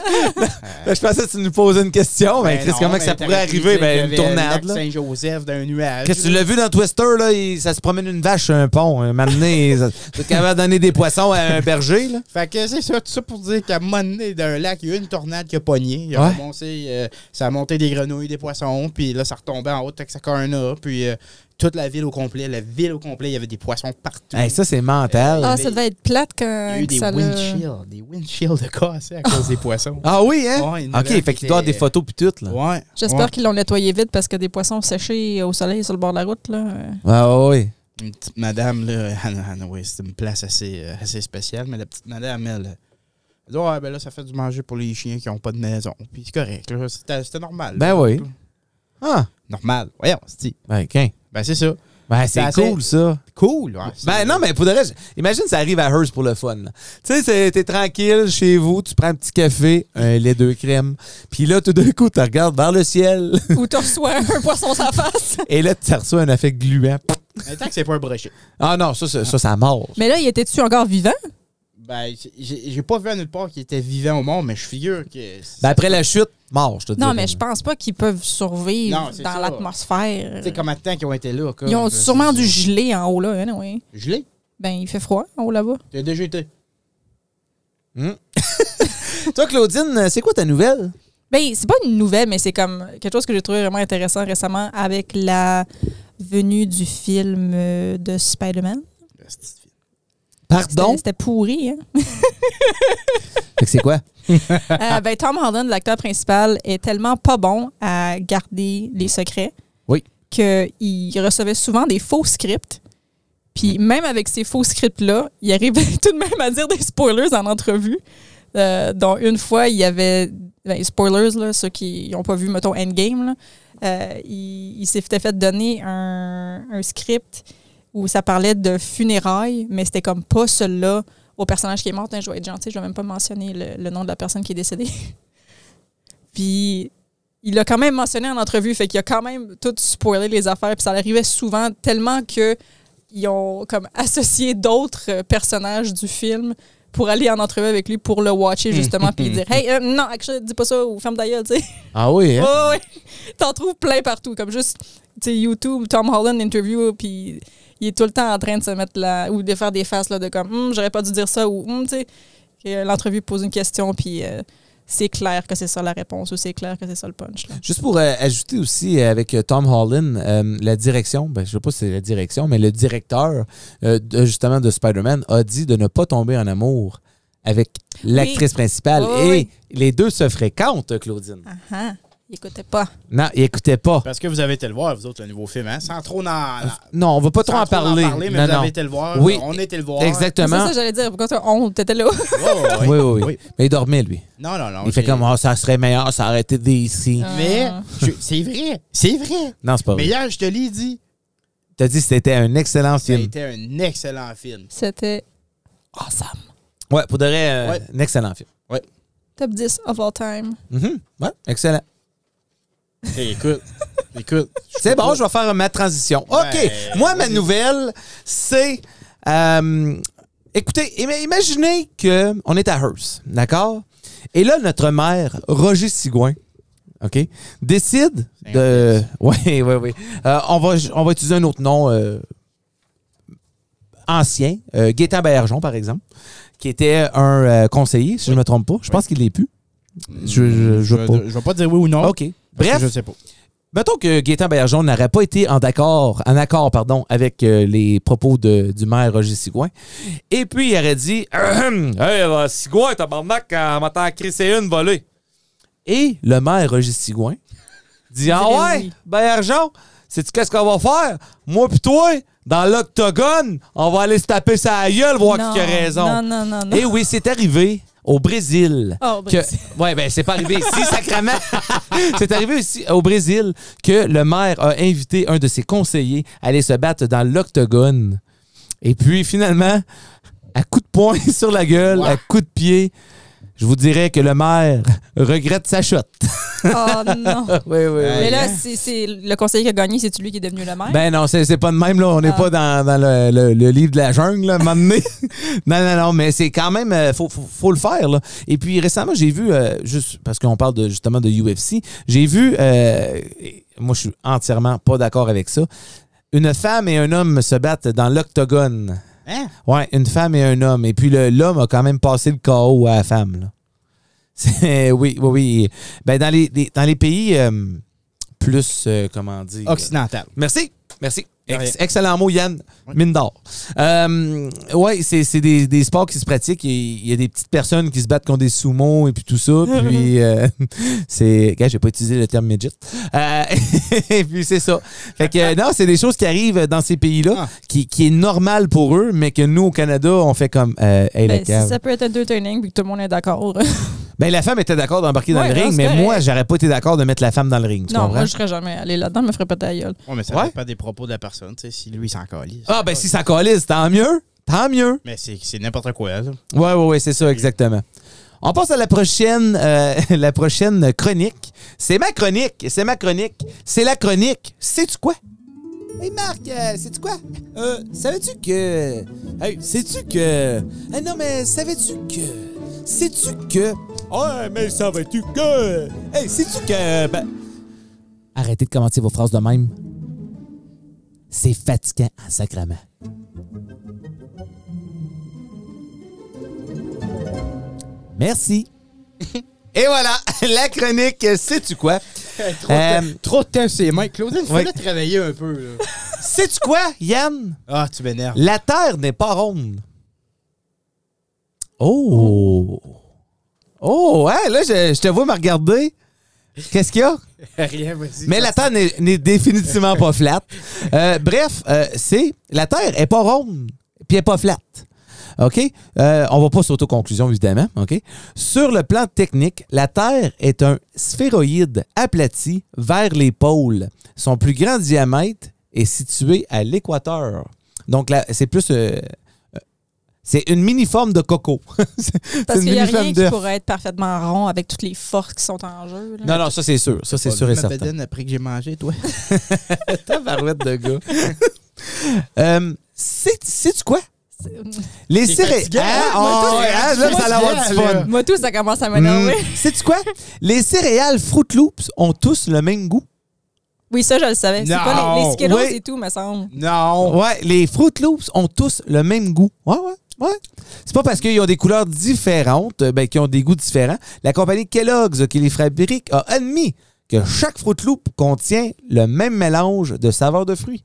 Ben, je pensais que tu nous posais une question. Ben,
Ben
Chris,
non,
comment
mais
que ça pourrait
t'aurais pu
arriver?
dire qu'il y
Ben,
avait
une
le
tournade,
lac
là.
Saint-Joseph d'un nuage.
Qu'est-ce que tu l'as vu dans Twister, là? il- ça se promène une vache sur un pont. Un moment donné, ça- tu es capable de donner des poissons à un berger, là?
Fait que c'est ça, tout ça pour dire qu'à un moment donné, d'un lac, il y a eu une tornade qui a pogné. Il a
Ouais.
ramassé, euh, ça a monté des grenouilles, des poissons, puis là, ça retombait en haut de Texarkana, puis euh, toute la ville au complet, la ville au complet, il y avait des poissons partout.
Hey, ça, c'est mental.
ah,
mais-
ça devait être plate
Il y
quand
a eu
que
des
ça l'a-
windshields, des windshields cassés à cause des poissons.
Ah oui, hein?
Ouais, il y en
OK,
avait un
fait
qui
qu'il doit avoir des
était-
photos puis tout, là.
Ouais.
Ah. J'espère
ouais.
qu'ils l'ont nettoyé vite parce que des poissons séchés au soleil sur le bord de la route, là. euh,
Ah oui.
Une petite madame, là, Hannah Hathaway, c'est une place assez, euh, assez spéciale, mais la petite madame, elle, euh, elle dit Ouais, ben là, ça fait du manger pour les chiens qui n'ont pas de maison. Puis c'est correct, là, c'était c'était normal.
Ben
là.
oui. Ah,
Normal. Voyons, c'est
ben, OK.
Ben c'est ça.
Ben,
Ça
c'est
fait-
cool, ça.
Cool. ouais, c'est-
Ben non, mais pour de vrai, j- imagine ça arrive à Hearst pour le fun. là. Tu sais, c'est- t'es tranquille chez vous, tu prends un petit café, un lait deux crèmes, puis là, tout d'un coup, tu regardes vers le ciel
Ou tu reçois un poisson sur la face.
et là, tu reçois un effet gluant.
Mais tant que c'est pas un brochet.
Ah non, ça, ça, ça, ça mord.
Mais là, il était-tu encore vivant?
Ben, c'est- j'ai j'ai pas vu à nulle part qu'il était vivant au monde, mais je figure que.
Ben, après la chute, mort, je te dis.
Non, mais je pense pas qu'ils peuvent survivre
Non, c'est
dans
ça.
l'atmosphère.
Tu sais, combien de temps qu'ils ont été là, quoi.
Ils ont
Je-
sûrement du gelé en haut, là, anyway.
Gelé.
Ben, il fait froid en haut, là-bas.
T'as déjà été.
Toi, Claudine, c'est quoi ta nouvelle?
Ben, c'est pas une nouvelle, mais c'est comme quelque chose que j'ai trouvé vraiment intéressant récemment avec la venue du film euh, de Spider-Man. C'était-
Pardon?
C'était pourri, hein?
Fait que C'est quoi?
Euh, ben, Tom Holland, l'acteur principal, est tellement pas bon à garder les secrets
Oui.
qu'il recevait souvent des faux scripts. Puis même avec ces faux scripts-là, il arrivait tout de même à dire des spoilers en entrevue. Euh, dont une fois, il y avait ben, spoilers, là, ceux qui n'ont pas vu, mettons, Endgame. là. Euh, il il s'était fait donner un, un script où ça parlait de funérailles, mais c'était comme pas celui-là au personnage qui est mort. Hein, je vais être gentil, je vais même pas mentionner le, le nom de la personne qui est décédée. Puis il l'a quand même mentionné en entrevue, fait qu'il a quand même tout spoilé les affaires, puis ça arrivait souvent tellement que ils ont comme associé d'autres euh, personnages du film pour aller en entrevue avec lui pour le watcher justement puis dire hey euh, non actually dis pas ça ou ferme d'ailleurs tu sais
Ah oui, hein?
Ouais, ouais. T'en trouves plein partout. Comme juste, tu sais, YouTube, Tom Holland interview, puis il est tout le temps en train de se mettre là, ou de faire des faces là, de comme, Hum, j'aurais pas dû dire ça, ou, Hum, tu sais. Que L'entrevue pose une question, puis euh, c'est clair que c'est ça la réponse, ou c'est clair que c'est ça le punch. là.
Juste pour euh, ajouter aussi euh, avec euh, Tom Holland, euh, la direction, ben, je sais pas si c'est la direction, mais le directeur euh, de- justement de Spider-Man a dit de ne pas tomber en amour avec l'actrice principale.
Oui,
et
oui.
les deux se fréquentent, Claudine.
Ah ah, il écoutait pas.
Non, il écoutait pas.
Parce que vous avez été le voir, vous autres, le nouveau film, hein? Sans trop n'en
Non, on va pas trop
sans
en
trop
parler.
mais
Non,
vous
non.
avez été le voir.
Oui.
On était le voir.
C'est
Exactement.
ça, j'allais dire. Pourquoi t'as honte? T'étais là.
Ouais, ouais, ouais.
oui, oui, oui, Mais il dormait, lui.
Non, non, non.
il fait
j'ai-
comme, Ah, ça serait meilleur, ça aurait été d'ici.
Mais
Ah.
je- c'est vrai, c'est vrai.
Non, c'est pas
Mais
vrai.
hier, je te l'ai dit,
T'as dit que c'était un excellent
ça a
film.
été un excellent film.
C'était awesome.
Ouais, pour de vrai, euh,
Ouais.
un excellent film.
Top 10 of all time.
Mhm. Ouais, excellent.
Hey, écoute, écoute.
C'est bon, je vais faire ma transition. OK.
Ben,
Moi, ma
vas-y.
nouvelle, c'est. euh, écoutez, ima- imaginez que on est à Hearst, d'accord? Et là, notre maire, Roger Sigouin, OK, décide de. Oui, oui, oui. Euh, on, va, on va utiliser un autre nom euh, ancien, euh, Gaétan Bergeron, par exemple, qui était un euh, conseiller, si je ne me trompe pas. Je pense qu'il l'est plus. Je, je, je
Je
veux pas.
vais pas dire oui ou non.
OK.
parce que
Bref.
Je sais pas.
Mettons que Gaétan Bergeron n'aurait pas été en accord, en accord pardon, avec euh, les propos de- du maire Roger Sigouin. Et puis, il aurait dit Ahem, Hey, euh, Sigouin, tabarnak, euh, m'entend crisser une volée. Et le maire Roger Sigouin dit Ah ouais,
oui.
Bergeron, sais-tu qu'est-ce qu'on va faire Moi pis toi, dans l'octogone, on va aller se taper sa gueule, voir
Non,
Oh, qui a raison.
Non, non, non, non.
Et oui, c'est arrivé au Brésil.
Oh, au
que-
Brésil.
Ouais, ben c'est pas arrivé ici, sacrément. c'est arrivé aussi au Brésil que le maire a invité un de ses conseillers à aller se battre dans l'octogone. Et puis finalement, à coup de poing sur la gueule, à coup de pied, je vous dirais que le maire regrette sa shot.
Oh non.
Oui, oui.
Mais là, c'est c'est le conseiller qui a gagné, c'est lui qui est devenu le maire.
Ben non, c'est c'est pas de même, là. On n'est
Ah.
pas dans, dans le, le- le livre de la jungle, là, à un moment donné. non, non, non, mais c'est quand même... euh, faut, faut, faut le faire, là. Et puis, récemment, j'ai vu, euh, juste parce qu'on parle de, justement de UFC, j'ai vu... euh, et moi, je suis entièrement pas d'accord avec ça. Une femme et un homme se battent dans l'octogone.
Hein?
Ouais, une femme et un homme. Et puis, le- l'homme a quand même passé le KO à la femme, là. C'est- Oui, oui, oui. Ben, dans les, les- dans les pays euh, plus, euh, comment dire...
Occidental.
Merci. Merci.
De
Ex-
rien.
excellent mot, Yann.
Ouais.
Mine d'or. Euh, ouais, c'est c'est des, des sports qui se pratiquent. Il il y a des petites personnes qui se battent contre des sumo et puis tout ça. Puis euh, c'est. Gars, j'ai pas utilisé le terme midget. Euh, et puis c'est ça. Fait que euh, non, c'est des choses qui arrivent dans ces pays-là
Ah.
qui, qui est normal pour eux, mais que nous, au Canada, on fait comme. Euh, hey, la
Ben,
cave.
si ça peut être entertaining puis que tout le monde est d'accord. oh,
Ben, la femme était d'accord d'embarquer dans
Ouais,
le
non,
ring,
c'est
mais
correct.
moi, j'aurais pas été d'accord de mettre la femme dans le ring. Tu
non,
comprends?
moi, je serais jamais allé là-dedans, je me ferais pas ta gueule.
Ouais, mais ça
Ouais.
dépend des propos de la personne, tu sais, si lui, il s'en calisse.
Ah, ben si ça colise, tant mieux. Tant mieux.
Mais c'est c'est n'importe quoi, là.
Ouais, ouais, ouais, c'est ça, exactement. On passe à la prochaine, euh, la prochaine chronique. C'est ma chronique, c'est ma chronique, c'est la chronique. Sais-tu quoi? Hey Marc, sais-tu quoi? Euh, savais-tu que. Hey, sais-tu que. Ah non, mais savais-tu que. Sais-tu que. Ouais, mais savais-tu que. Hey, sais-tu que. Ben... Arrêtez de commenter vos phrases de même. C'est fatigant hein, en sacrement. Merci. Et voilà, la chronique, sais-tu quoi? Euh,
trop,
de-
trop de temps, c'est mains. Claudine,
Oui.
fallait travailler un peu, là.
Sais-tu quoi, Yann?
Ah, tu m'énerves.
La Terre n'est pas ronde. Oh! Oh, ouais, là, je, je te vois me regarder. Qu'est-ce qu'il y a?
Rien, vas-y.
Mais la Terre n'est- n'est définitivement pas flat. Euh, bref, euh, c'est la Terre est pas ronde, puis elle est pas flat. OK? Euh, on va pas sauter aux conclusions, évidemment. OK? Sur le plan technique, la Terre est un sphéroïde aplati vers les pôles. Son plus grand diamètre est situé à l'équateur. Donc, là, c'est plus... euh, euh, C'est une mini-forme de coco. C'est- c'est
Parce
une
qu'il n'y a rien
mini-forme
qui
d'œuf.
pourrait être parfaitement rond avec toutes les forces qui sont en jeu. là.
Non, non, ça c'est sûr. Ça c'est
Pas
sûr
vu
et
ma
certain.
bedaine après que j'ai mangé, toi.
Tabarouette de gars. euh, c'est- Sais-tu quoi? Les
T'es
céréales.
fatigué, hein?
Ah,
Moi,
ouais,
t'es
hein, là,
fatigué,
ça va avoir du
là.
fun.
Moi, tout, ça commence à m'énerver.
C'est Sais-tu quoi? Les céréales Fruit Loops ont tous le même goût.
Oui, ça, je le savais. C'est
Non.
pas les, les Skittles
Oui.
et tout, me semble.
Non.
Ouais, les Fruit Loops ont tous le même goût. Ouais, ouais. Ouais. C'est pas parce qu'ils ont des couleurs différentes euh, ben, qu'ils ont des goûts différents. La compagnie Kellogg's euh, qui les fabrique a admis que chaque Fruit Loop contient le même mélange de saveurs de fruits.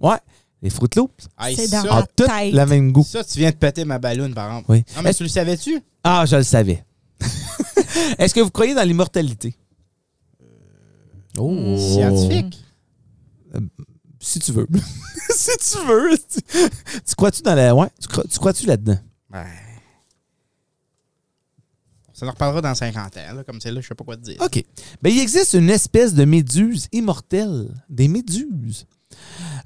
Ouais, les Fruit Loops
Hey,
C'est
ça,
dans
ont
Ah,
tous
tête.
le même goût.
ça, tu viens de péter ma ballonne, par exemple.
Oui.
Non, mais
Est-ce-
tu le savais-tu?
Ah, je le savais. Est-ce que vous croyez dans l'immortalité? Oh.
Scientifique.
Si tu veux. si tu veux. Tu, tu crois-tu dans la. Ouais, tu, crois- tu crois-tu là-dedans?
Ouais. Ça nous reparlera dans 50 ans, là, comme celle-là, je sais pas quoi te dire.
OK. Ben, il existe une espèce de méduse immortelle. Des méduses.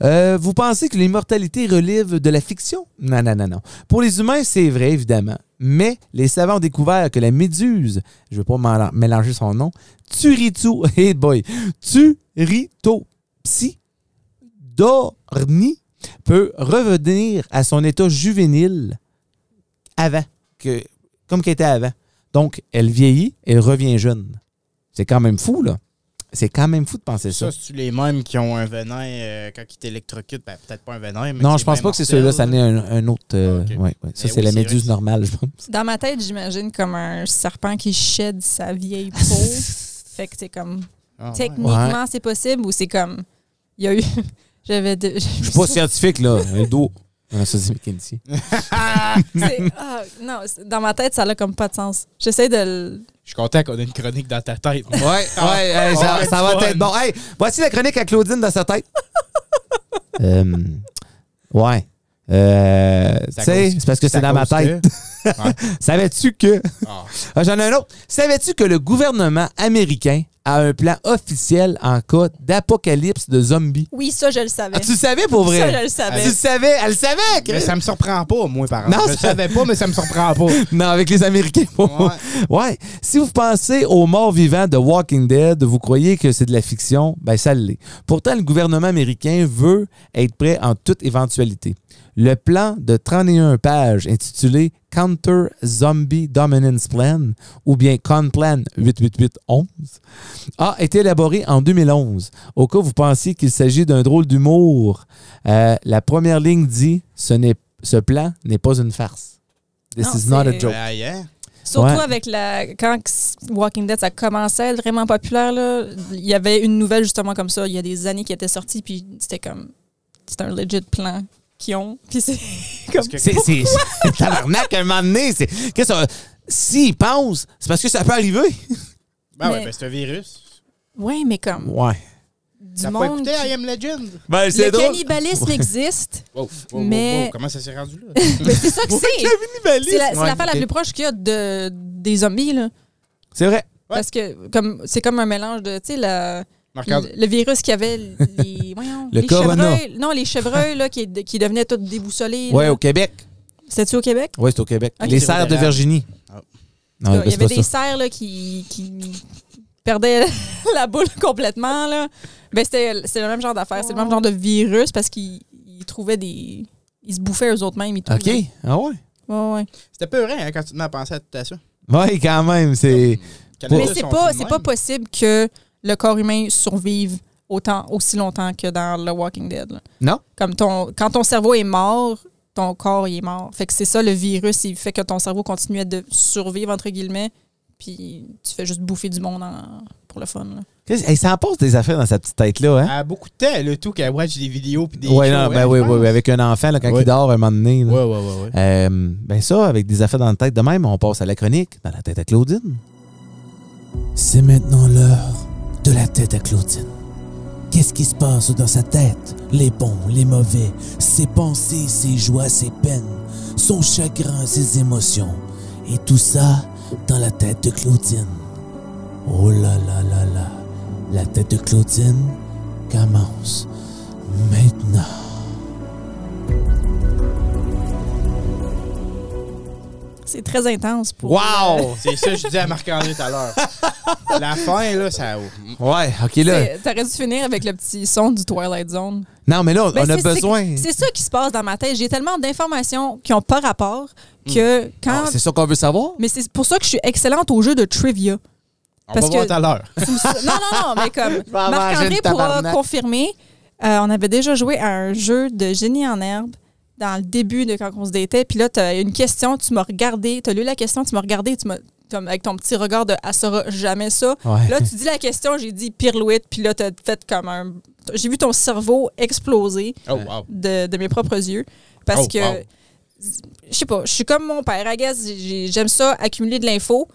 Euh, vous pensez que l'immortalité relève de la fiction? Non, non, non, non. Pour les humains, c'est vrai, évidemment. Mais les savants ont découvert que la méduse, je ne veux pas m'en- mélanger son nom, Turito, hey boy, Turitopsi dorni peut revenir à son état juvénile avant, que, comme qu'elle était avant. Donc, elle vieillit, elle revient jeune. C'est quand même fou, là. C'est quand même fou de penser ça.
Ça, c'est-tu les mêmes qui ont un venin euh, quand ils t'électrocutent? Ben, peut-être pas un venin, mais.
Non,
qui
je
est
pense
bien
pas que c'est celui-là,
mortel,
ça
là.
n'est un, un autre. euh,
Ah, ok.
ouais, ouais. Ça,
Mais
c'est
oui,
la
c'est vrai
méduse
que-
normale, je pense.
Dans ma tête, j'imagine comme un serpent qui shed sa vieille peau. fait que c'est comme.
Ah, ouais.
Techniquement, c'est possible ou c'est comme. Il y a eu. J'avais. de-
Je suis pas scientifique, là. Un dos. Ah, ça, c'est McKinsey.
C'est- ah, non, c'est- dans ma tête, ça n'a comme pas de sens. J'essaie de le.
Je suis content qu'on ait une chronique dans ta tête.
Ouais, ouais, hey, ça,
Ah, Ouais,
ça va
fun.
être bon. Hey, voici la chronique à Claudine dans sa tête. Euh, ouais. Euh, tu
C'est à
sais,
cause-
c'est parce que c'est
à
dans ma
cause
tête.
que-
Savais-tu que.
Ah.
Ah, J'en ai un autre. Savais-tu que le gouvernement américain a un plan officiel en cas d'apocalypse de zombies?
Oui, ça, je le savais.
Ah, tu le savais pour vrai?
Ça, je le
Tu
savais.
le savais? Elle le savait!
Mais
Chris.
ça me surprend pas, moi, par
Non,
exemple. Je le
ça-
savais pas, mais ça me surprend pas.
Non, avec les Américains.
Ouais.
ouais. Si vous pensez aux morts vivants de Walking Dead, vous croyez que c'est de la fiction, ben ça l'est. Pourtant, le gouvernement américain veut être prêt en toute éventualité. Le plan de 31 pages intitulé Counter Zombie Dominance Plan ou bien CONPLAN 88811 a été élaboré en 2011. Au cas où vous pensiez qu'il s'agit d'un drôle d'humour, euh, la première ligne dit ce, n'est- ce plan n'est pas une farce. This
Non,
is not a
c'est- euh,
joke.
Ben, yeah.
Surtout
Ouais.
avec la. Quand Walking Dead, ça commençait à être vraiment populaire, là, il y avait une nouvelle justement comme ça, il y a des années qui était sortie, puis c'était comme. C'est un legit plan qu'ils ont. Puis c'est comme.
Parce que-
C'est c'est- c'est tabarnak à un moment donné. c'est- Qu'est-ce que ça- S'ils pensent, c'est parce que ça peut arriver.
Ben ouais,
Mais-
ben c'est un virus.
Ouais, mais comme.
Ouais.
Du
T'as pas
monde.
écouté hein,
qui-
I Am Legend?
Ben,
Le cannibalisme existe.
Wow, wow,
Mais-
wow, wow, Comment ça s'est rendu là?
mais c'est ça que c'est. C'est la- c'est l'affaire
Ouais,
la,
ok.
plus proche qu'il y a de, des zombies, là.
C'est vrai.
Parce que comme c'est comme un mélange de, tu sais, la-
Marc-André-
le, le virus qu'il y avait, les, voyons,
Le
les
corona.
chevreuils. Non, les chevreuils, là, qui, qui devenaient toutes déboussolées.
Ouais,
là.
au Québec.
C'était-tu au Québec?
Ouais, c'est au Québec.
Ok.
Les serres de Virginie.
Ah.
Non,
Là,
ben,
il y
c'est
avait
pas
des
ça.
cerfs là, qui, qui perdaient la boule complètement. Là. Ben, c'était- c'est le même genre d'affaire. C'est le même genre de virus parce qu'ils ils trouvaient des. Ils se bouffaient eux-autres mêmes. et tout,
OK.
là.
Ah ouais.
Ouais, ouais.
C'était peu vrai hein, quand tu te mets à penser à tout ça.
Ouais, quand même. C'est. Pour-
Mais c'est pas, c'est pas possible que le corps humain survive autant, aussi longtemps que dans The Walking Dead. là.
Non?
Comme ton, quand ton cerveau est mort, ton corps il est mort. Fait que c'est ça le virus, il fait que ton cerveau continue de survivre entre guillemets, puis tu fais juste bouffer du monde en- pour le fun. là.
Qu'est-ce- hey, ça en passe des affaires dans sa petite tête-là, hein?
À beaucoup de temps, le tout, qu'elle watch des vidéos puis Ah, des.
ouais,
shows,
non, ben
hein,
oui,
je
oui,
pense.
oui, Avec un enfant, là, quand
Ouais.
il dort, un moment donné. là.
Ouais, ouais, ouais, ouais.
Euh, ben ça, avec des affaires dans la tête de même, on passe à la chronique, dans la tête à Claudine. C'est maintenant l'heure de la tête à Claudine. Qu'est-ce qui se passe dans sa tête? Les bons, les mauvais, ses pensées, ses joies, ses peines, son chagrin, ses émotions. Et tout ça dans la tête de Claudine. Oh là là là là, la tête de Claudine commence maintenant.
C'est très intense pour.
Wow!
C'est ça que je dis à Marc-André tout à l'heure. La fin, là, ça.
Ouais, OK, là.
C'est- T'aurais dû finir avec le petit son du Twilight Zone.
Non, mais là, on-
Ben,
on a
c'est- c'est-
besoin.
C'est ça qui se passe dans ma tête. J'ai tellement d'informations qui n'ont pas rapport que quand.
Ah, C'est ça qu'on veut savoir?
mais c'est pour ça que je suis excellente au jeu de trivia.
On
Parce
va voir
que-
tout à l'heure.
Tu me sou- non, non, non, mais comme.
vais avoir un jeu
Marc-André
de
pourra
tabarnak.
confirmer. euh, on avait déjà joué à un jeu de génie en herbe dans le début de quand on se détait. Puis là, tu as une question, tu m'as regardé, tu as lu la question, tu m'as regardé, tu m'as. Comme avec ton petit regard de « Elle saura jamais ça
Ouais.
Là, tu dis la question, j'ai dit pirouette, puis là, t'as fait comme un. J'ai vu ton cerveau exploser
Oh, wow.
de, de mes propres yeux. Parce
Oh,
que,
wow.
je sais pas, je suis comme mon père. I guess, j'ai- j'aime ça, accumuler de l'info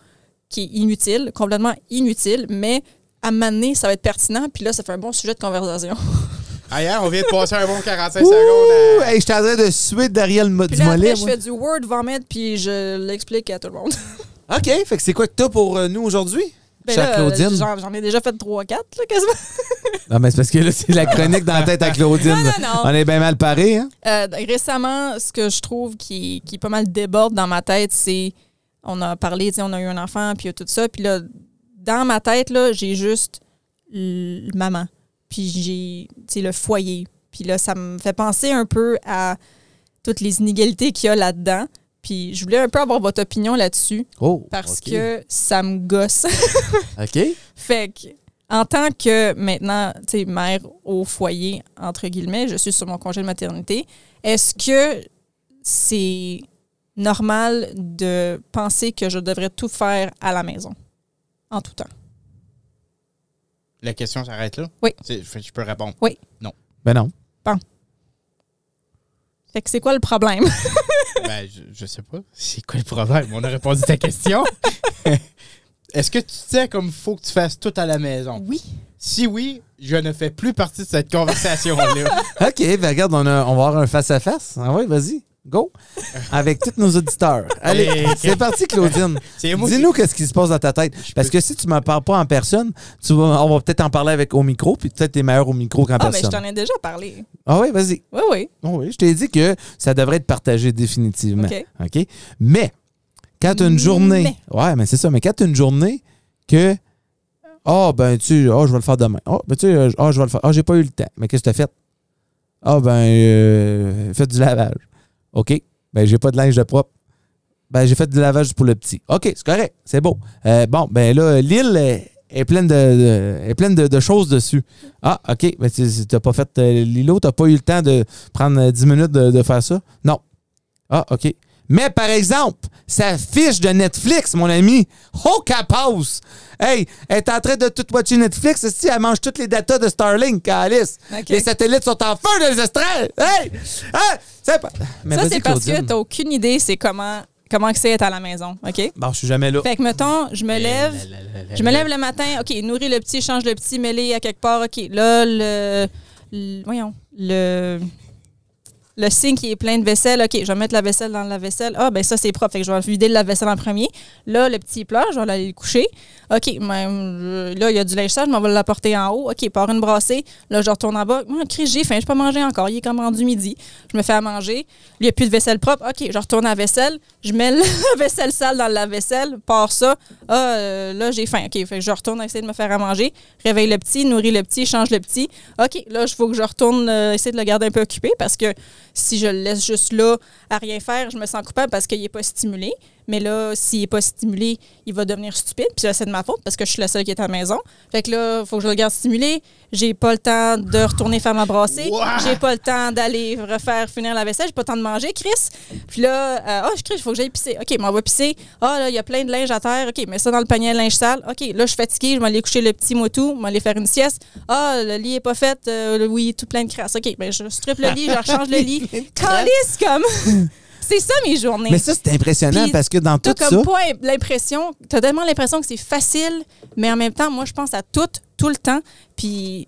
qui est inutile, complètement inutile, mais à m'amener, ça va être pertinent, puis là, ça fait un bon sujet de conversation.
Ailleurs, on vient de passer un bon 45
Ouh!
secondes. à-
Hey, je suis en train de suer derrière le mo-
Puis
du
là,
mollet.
après, je
moi.
fais du word vomit, puis je l'explique à tout le monde.
OK, fait que c'est quoi que t'as pour euh, nous aujourd'hui?
Ben
Chère
là,
Claudine.
j'en- J'en ai déjà fait 3-4, là, quasiment.
Non, mais c'est parce que là, c'est la chronique dans la tête à Claudine.
Non, non, non.
On est bien mal parés, hein?
Euh, récemment, ce que je trouve qui, qui est pas mal déborde dans ma tête, c'est on a parlé, tu sais, on a eu un enfant, puis tout ça. Puis là, dans ma tête, là, j'ai juste l- maman. Puis j'ai tu sais, le foyer. Puis là, ça me fait penser un peu à toutes les inégalités qu'il y a là-dedans. Puis je voulais un peu avoir votre opinion là-dessus
Oh,
parce
OK.
que ça me gosse.
OK.
Fait que, en tant que maintenant, tu sais, mère au foyer, entre guillemets, je suis sur mon congé de maternité, est-ce que c'est normal de penser que je devrais tout faire à la maison, en tout temps?
La question s'arrête là?
Oui.
C'est- fait que Je peux répondre.
Ben non.
Fait que c'est quoi le problème?
Ben, je, je sais pas. C'est quoi le problème? On a répondu à ta question. Est-ce que tu sais comme il faut que tu fasses tout à la maison?
Oui.
Si oui, je ne fais plus partie de cette conversation-là.
OK, ben regarde, on, a- on va avoir un face-à-face. Ah ouais, vas-y, go. Avec tous nos auditeurs. Allez,
Et-
c'est parti, Claudine.
C'est moi qui-
Dis-nous qu'est-ce qui se passe dans ta tête. Parce que si tu ne m'en parles pas en personne, tu vas, on va peut-être en parler avec au micro, puis peut-être t'es meilleur au micro qu'en
Ah, mais je
personne.
t'en ai déjà parlé.
ah oui, vas-y.
Oui, oui.
Oh oui, je t'ai dit que ça devrait être partagé définitivement.
OK.
OK? Mais, quand t'as une journée. Ouais, mais c'est ça. Mais quand t'as une journée que. Ah, ben, tu. Ah, je vais le faire demain. Ah, ben, tu. Ah, je vais le faire. Ah, j'ai pas eu le temps. Mais qu'est-ce que t'as fait? Ah, ben, euh, faites du lavage. OK. Ben, j'ai pas de linge de propre. Ben, j'ai fait du lavage pour le petit. OK, c'est correct. C'est beau. Euh, bon, ben, là, l'île est- est pleine de, de- est pleine de, de choses dessus. Ah, OK. Ben, tu t'as pas fait euh, l'îlot. T'as pas eu le temps de prendre euh, 10 minutes de- de faire ça? Non. Ah, OK. Mais par exemple, sa fiche de Netflix, mon ami, oh, qu'elle passe! Hey, elle est en train de tout watcher Netflix, si elle mange toutes les datas de Starlink, Alice.
OK.
Les satellites sont en feu dans les astrales! Hey! Ah! C'est pas... Mais
Ça,
vas-y,
c'est parce que
Claudine.
t'as aucune idée c'est comment, comment que c'est être à la maison, OK?
Bon, je suis jamais là.
Fait que, mettons, je me lève, Je me lève le matin, OK, nourris le petit, change le petit, mets-les à quelque part, OK. Là, le, le- Voyons. Le. Le signe qui est plein de vaisselle, OK, je vais mettre la vaisselle dans la vaisselle. Ah, ben ça, c'est propre. Fait que je vais vider le vaisselle en premier. Là, le petit pleure, je vais aller le coucher. OK, même, euh, là, il y a du linge sale, je m'en vais l'apporter en haut. OK, par une brassée. Là, je retourne en bas. Hum, Chris, j'ai faim, je peux pas manger encore. Il est comme rendu midi. Je me fais à manger. Lui, il n'y a plus de vaisselle propre. OK, je retourne à la vaisselle. Je mets la vaisselle sale dans la vaisselle, pars ça. Ah, euh, là, j'ai faim. OK, fait que je retourne essayer de me faire à manger. Réveille le petit, nourris le petit, change le petit. OK, là, il faut que je retourne euh, essayer de le garder un peu occupé parce que si je le laisse juste là à rien faire, je me sens coupable parce qu'il n'est pas stimulé. Mais là, s'il n'est pas stimulé, il va devenir stupide. Puis là, c'est de ma faute parce que je suis la seule qui est à la maison. Fait que là, il faut que je le garde stimulé. J'ai pas le temps de retourner faire ma brassée.
Ouah!
J'ai pas le temps d'aller refaire finir la vaisselle. J'ai pas le temps de manger, Chris. Puis là, euh, oh, je crie, il faut que j'aille pisser. OK, mais on va pisser. Ah, là, il y a plein de linge à terre. OK, mets ça dans le panier à linge sale. OK, là, je suis fatiguée. Je vais aller coucher le petit motou. Je vais aller faire une sieste. Ah, le lit est pas fait. Euh, oui, tout plein de crasse. OK, ben, je strip le lit, je rechange le lit. Calisse, comme. c'est ça, mes journées.
Mais ça, c'est impressionnant
Puis,
parce que dans
T'as
tout ça.
comme pas l'impression, t'as tellement l'impression que c'est facile, mais en même temps, moi, je pense à tout, tout le temps. Puis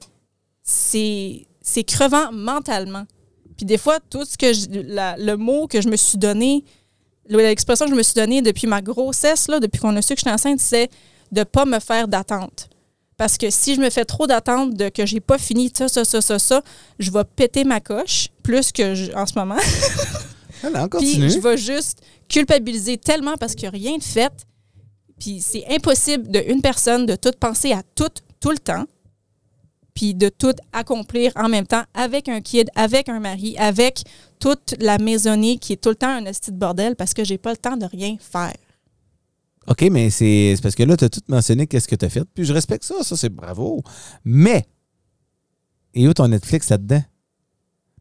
c'est c'est crevant mentalement. Puis des fois, tout ce que je- la- le mot que je me suis donné, l'expression que je me suis donnée depuis ma grossesse, là, depuis qu'on a su que j'étais enceinte, c'est de pas me faire d'attente. Parce que si je me fais trop d'attente de que j'ai pas fini ça, ça, ça, ça, ça, je vais péter ma coche plus que je- en ce moment.
Alors,
Puis
continue.
je vais juste culpabiliser tellement parce qu'il n'y a rien de fait. Puis c'est impossible de une personne de tout penser à tout, tout le temps. Puis de tout accomplir en même temps avec un kid, avec un mari, avec toute la maisonnée qui est tout le temps un hostie de bordel parce que j'ai pas le temps de rien faire.
OK, mais c'est c'est parce que là, tu as tout mentionné qu'est-ce que tu as fait. Puis je respecte ça, ça, c'est bravo. Mais, et où ton Netflix là-dedans?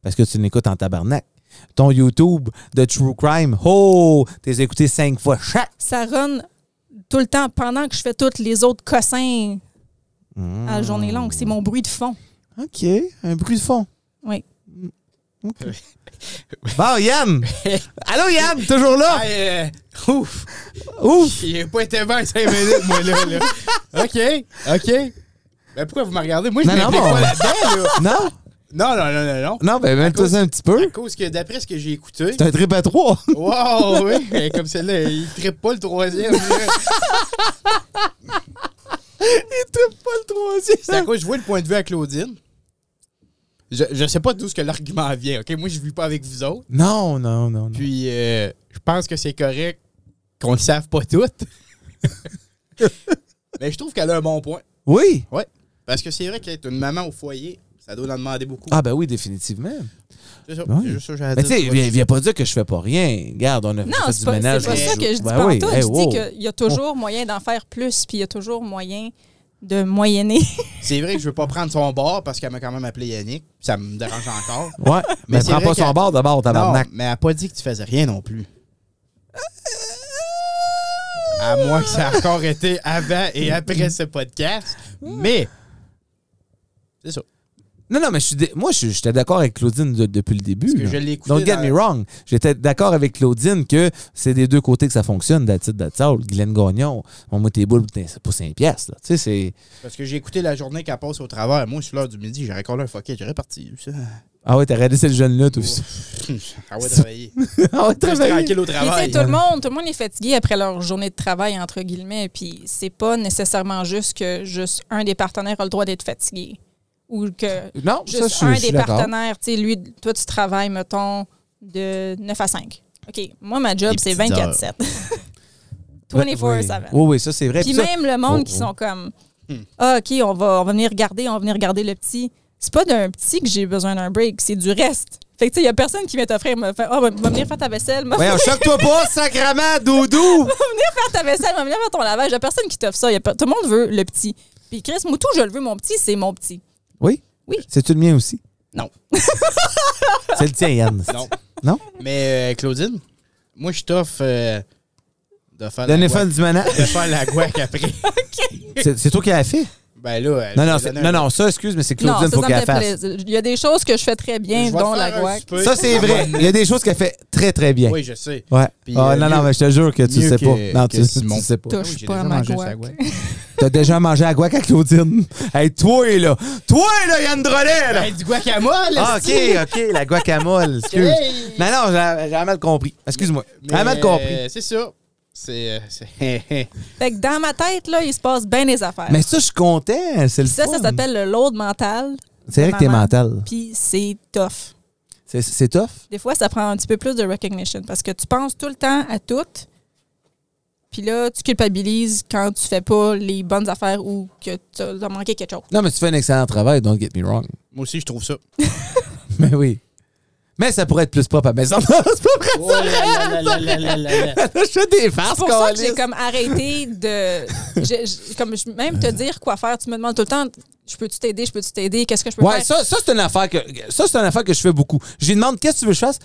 Parce que tu l'écoutes en tabarnak. Ton YouTube de True Crime, oh, t'es écouté cinq fois chaque.
Ça run tout le temps pendant que je fais toutes les autres cossins à la journée longue. C'est mon bruit de fond.
OK, un bruit de fond.
Oui.
Bon, Yann! Allô, Yann, toujours là?
Hey, euh, ouf!
Ouf!
J'ai pas été bien 5 minutes, moi, là. là. OK, OK. Ben, pourquoi vous me regardez? Moi, je
Non, non,
m'implique
mais on-
pas là-dedans, là.
Non?
Non, non, non, non, non.
Non, ben, même toi
cause-
un petit
À
peu.
cause que, d'après ce que j'ai écouté...
C'est un trip à trois.
Wow, oui! Ben, Comme celle-là, il trippe pas le troisième. là.
Il tripe pas le
C'est à
troisième.
quoi je vois le point de vue à Claudine. Je, je sais pas d'où ce que l'argument vient, OK? Moi, je vis pas avec vous autres.
Non, non, non, non.
Puis, euh, je pense que c'est correct qu'on le save pas toutes. Mais je trouve qu'elle a un bon point.
Oui.
Ouais. Parce que c'est vrai qu'être une maman au foyer, ça doit en demander beaucoup.
Ah, ben oui, définitivement.
c'est ça.
ouais.
C'est juste ça que j'ai à
Mais
dire.
tu sais, viens, viens pas dire que je fais pas rien. Regarde, on a
Non,
fait
c'est
du
pas,
ménage.
c'est pas
mais-
ça que je dis
Ben
pas
oui,
tout.
hey,
je
wow.
dis qu'il y a toujours moyen d'en faire plus, puis il y a toujours moyen de moyenner.
C'est vrai que je veux pas prendre son bord parce qu'elle m'a quand même appelé Yannick. Ça me dérange encore.
Ouais, mais,
Mais c'est
prends
vrai
pas son
que-
bord d'abord,
non,
tabarnak.
mais elle a pas dit que tu faisais rien non plus. À moins que ça a encore été avant et après ce podcast. Mais. C'est ça.
Non, non, mais je suis dé- moi, je suis- j'étais d'accord avec Claudine de- depuis le début.
Parce que
là.
je l'ai écouté
Don't get
dans-
me wrong. J'étais d'accord avec Claudine que c'est des deux côtés que ça fonctionne, that's it, that's all. Guylaine Gagnon, on moi tes boules t'es- pour 5 piastres. là. Tu sais, c'est.
Parce que j'ai écouté la journée qu'elle passe au travers. Moi, je suis l'heure du midi, j'ai raccordé un fucké, j'aurais parti. Ça.
Ah ouais, t'as regardé ce jeune-là, toi aussi.
Ah ouais, travailler.
ah ouais,
Juste
travailler.
tranquille au
Puis, tu sais,
travail.
tout le monde, tout le monde est fatigué après leur journée de travail entre guillemets. Puis c'est pas nécessairement juste que juste un des partenaires a le droit d'être fatigué ou que
Non,
juste
ça, je-
un
je suis
des
d'accord.
partenaires, tu sais, lui, toi tu travailles mettons de 9 à 5. OK, moi ma job
Des
c'est
petites
24/7.
Oui.
24/7.
Oui, oui, ça, c'est vrai.
Puis
Puis ça-
même le monde
Oh,
qui
oh.
sont comme
Hmm.
Ah, OK, on va, on va venir regarder, on va venir regarder le petit. C'est pas d'un petit que j'ai besoin d'un break, c'est du reste. Fait que tu sais, il y a personne qui m'est offert, me fait Ah, va- va venir faire ta vaisselle, va
Voyons, choque-toi pas, sacrament, doudou!
faire ta vaisselle, va venir faire ton lavage. Il y a personne qui t'offre ça. Y a pas- tout le monde veut le petit. Puis Chris Moutou, je le veux, mon petit, c'est mon petit.
Oui?
Oui.
C'est-tu le mien aussi?
Non.
C'est le tien, Yann.
Non.
Non?
Mais euh, Claudine, moi, je t'offre euh, de faire
Donnez
la
fun
guac-
du ménage.
de faire la guac après.
C'est c'est toi qui l'as fait?
Ben là, elle
Non,
m'a
non,
donné
c'est-
un-
non, non, ça, excuse, mais c'est
non,
Claudine,
ça,
faut
ça
qu'elle
me
la fasse.
fait plaisir. Il y a des choses que je fais très bien,
Je vais
dont
faire
la
un
guac.
souper.
Ça, c'est vrai. Il y a des choses qu'elle fait très, très bien.
Oui, je sais.
Ouais.
Puis,
Ah,
euh,
non,
mieux-
non, mais je te jure que tu
mieux
sais pas.
que-
Non, tu,
que
tu
Simon.
sais pas.
Touche
Ah oui, j'ai
pas à
déjà
ma
mangé
guac.
sa guac.
T'as déjà mangé à guac à Claudine? Hey, toi, là! Toi, là, Yann Drolet, là!
Ben, du guacamole!
Ah, OK,
esti.
OK, la guacamole, excuse.
Hey!
Non, non, j'ai j'ai mal compris. Excuse-moi. J'ai
Mais,
mal compris.
euh, C'est ça. C'est. euh, c'est-
Fait que dans ma tête, là, il se passe bien des affaires.
Mais ça, je suis content. C'est le
ça, ça
fun.
s'appelle le load mental.
C'est vrai que t'es
maman.
mental.
Puis c'est tough.
C'est- C'est tough.
des fois, ça prend un petit peu plus de recognition parce que tu penses tout le temps à tout. Puis là, tu culpabilises quand tu fais pas les bonnes affaires ou que tu as manqué quelque chose.
Non, mais tu fais un excellent travail, don't get me wrong.
Moi aussi, je trouve ça.
Mais oui. Mais ça pourrait être plus propre à maison. Non, c'est pas vrai.
Oh là là là là là là là.
Je fais des farces,
C'est pour ça que
câlisse.
j'ai comme arrêté de. j'ai- j'ai- comme je- même te dire quoi faire, tu me demandes tout le temps je peux-tu t'aider, je peux-tu t'aider, qu'est-ce que je peux
Ouais,
faire.
ça, ça, c'est une affaire que ça c'est une affaire que je fais beaucoup. Je lui demande qu'est-ce que tu veux que je fasse.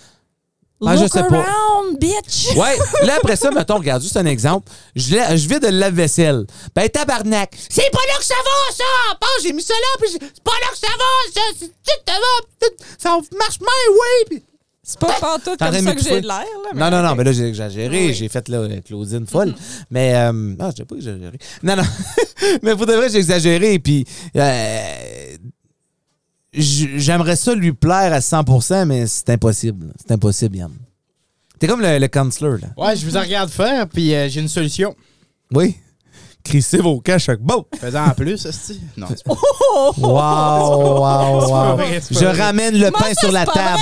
Ah, je
Look
sais pas.
around, bitch!
Ouais, là après ça, mettons, regarde juste un exemple. Je, la- je vide le lave-vaisselle. Ben tabarnak. C'est pas là que ça va ça. Bon, j'ai mis ça là puis j'ai- c'est pas là que ça va ça. C'est tout ça va. tout- Ça marche bien, oui. Puis-
C'est pas partout comme
T'aurais
ça
mieux
que
tout fait.
j'ai de l'air. là, mais
Non, non, non,
ok.
mais là, j'ai exagéré.
Oui.
J'ai fait là, euh, Claudine folle. Mais. euh, ah, je n'ai pas exagéré. Non, non. mais pour de vrai, j'ai exagéré. Puis. euh, j- J'aimerais ça lui plaire à 100 mais c'est impossible. C'est impossible, Yann. T'es comme le, le counselor, là.
Ouais, je vous en regarde faire, puis euh, j'ai une solution.
Oui. Crissez vos cas chaque beau.
Faisant en plus, esti. Non, c'est pas
Wow, wow,
Oh!
pas
wow.
vrai, c'est pas
Je
vrai.
ramène le
Comment
pain
ça,
sur la
c'est pas
table.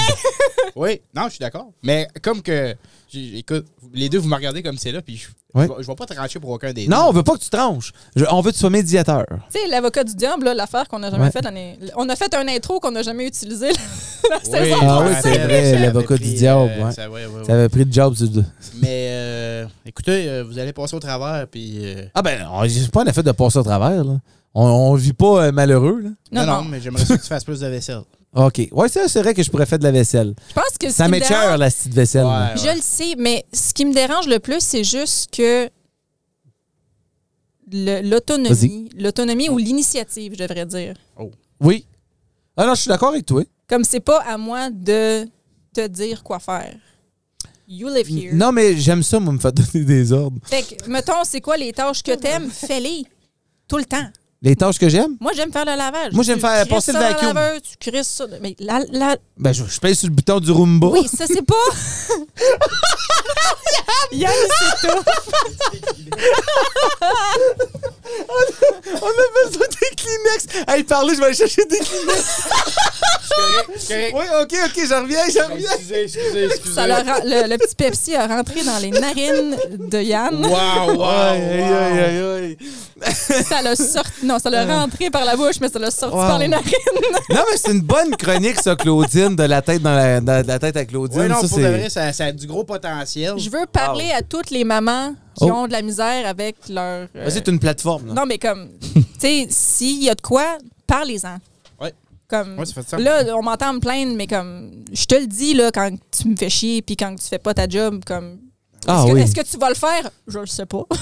Oui, non, je suis d'accord. Mais comme que. j'ai- Écoute, vous- les deux, vous me regardez comme c'est là, puis je ne
Ouais.
vais je vais pas trancher pour aucun des
Non, on veut pas que tu tranches. Je- on veut que tu sois médiateur.
Tu sais, l'avocat du diable, là, l'affaire qu'on n'a jamais
Ouais.
faite. l'année- On a fait un intro qu'on n'a jamais utilisé la, la
deux.
saison
Ah oui,
passée.
c'est vrai,
j'avais
l'avocat
pris,
du diable, ouais.
euh, ça- ouais, ouais,
Ça
ouais.
avait pris le job. du-
Mais euh, écoutez, euh, vous allez passer au travers, puis. euh,
Ah ben, on- c'est pas un effet de passer au travers. Là. On, on vit pas euh, malheureux. Là.
Non,
non, non,
non.
mais j'aimerais ça que tu fasses plus de vaisselle.
OK. Ouais, ça, c'est vrai que je pourrais faire de la vaisselle.
Je pense que ce
Ça
qui me
m'écœure,
dérange,
la petite vaisselle. là.
Ouais, ouais.
Je le sais, mais ce qui me dérange le plus, c'est juste que le- l'autonomie, l'autonomie ou l'initiative, je devrais dire.
Oui. Ah non, je suis d'accord avec toi.
Comme c'est pas à moi de te dire quoi faire. You live here.
Non, mais j'aime ça, moi, me faire donner des ordres.
Fait que, mettons, c'est quoi les tâches que t'aimes? Fais-les. Tout le temps.
Les tâches que j'aime,
Moi, j'aime faire le lavage.
Moi, j'aime
Tu
faire
crisses
passer le
ça dans la
vacuum.
laveuse, tu crisses ça. dans- Mais la, la-
ben, je, je pèse sur le bouton du Roomba.
Oui, ça, c'est pas. Yann, c'est tout.
On a besoin des Kleenex. Hey, parlez, je vais aller chercher des Kleenex. Oui, OK, OK, j'en reviens, j'en reviens.
Excusez, excusez, excusez.
Ça leur a- le, le petit Pepsi a rentré dans les narines de Yann.
Wow, wow,
Aïe,
wow.
aïe, aïe, aïe.
Ça l'a sorti. Non, ça l'a rentré par la bouche, mais ça l'a sorti
Wow.
par les narines.
Non, mais c'est une bonne chronique, ça, Claudine, de la tête, dans la, dans- de la tête à Claudine.
Ouais,
ça,
non, pour de
c'est-
vrai, ça, ça a du gros potentiel.
Je veux parler à toutes les mamans qui
Oh.
ont de la misère avec leur. euh,
Vas-y, c'est une plateforme. là.
Non, mais comme, tu sais, s'il y a de quoi, parlez-en.
Ouais.
Comme,
Ouais, ça fait ça.
là, on m'entend me plaindre, mais comme, je te le dis, là, quand tu me fais chier puis quand tu fais pas ta job, comme,
ah
est-ce que,
oui.
est-ce que tu vas le faire? Je le sais pas.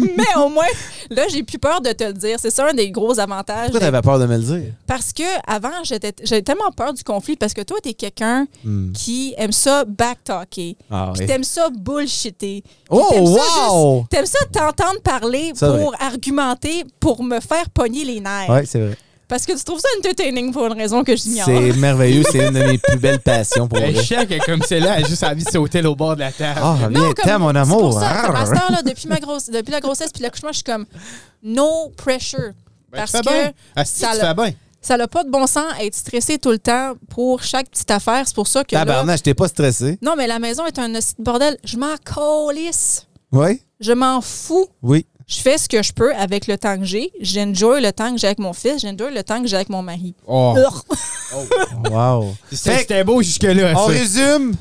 mais au moins, là, j'ai plus peur de te le dire. C'est ça un des gros avantages.
Pourquoi t'avais peur de me le dire?
Parce que avant, j'étais- j'avais tellement peur du conflit parce que toi, t'es quelqu'un
Hmm.
qui aime ça backtalker.
Ah
Puis
oui.
t'aimes ça bullshitter. Puis
Oh,
t'aimes ça
wow!
juste- T'aimes ça t'entendre parler
Ça,
pour argumenter, pour me faire pogner les nerfs.
Oui, c'est vrai.
Parce que tu trouves ça entertaining pour une raison que j'ignore.
C'est merveilleux, c'est une de mes plus belles passions pour
Le
vrai.
chien qui est comme celle-là a juste envie de sauter au bord de la table.
Ah,
Ben, Non,
viens,
comme-
t'as mon
c'est
amour.
pour ça, comme à
Arr.
cette heure-là, depuis, ma grosse, depuis la grossesse puis l'accouchement, je suis comme no pressure.
Ben, tu
Parce
fais
que
bien. Ah, si,
ça
tu
le-
fais bien.
ça n'a pas de bon sens à être stressé tout le temps pour chaque petite affaire. C'est pour ça que. là-
Tabarnak, je t'ai pas stressé.
non, mais la maison est un hostie de bordel. Je m'en colisse.
Oui?
Je m'en fous.
Oui.
Je fais ce que je peux avec le temps que j'ai. J'enjoy le temps que j'ai avec mon fils. J'enjoy le temps que j'ai avec mon mari.
Oh.
Urgh.
Wow.
C'était c'était beau jusque-là.
On
ça.
résume.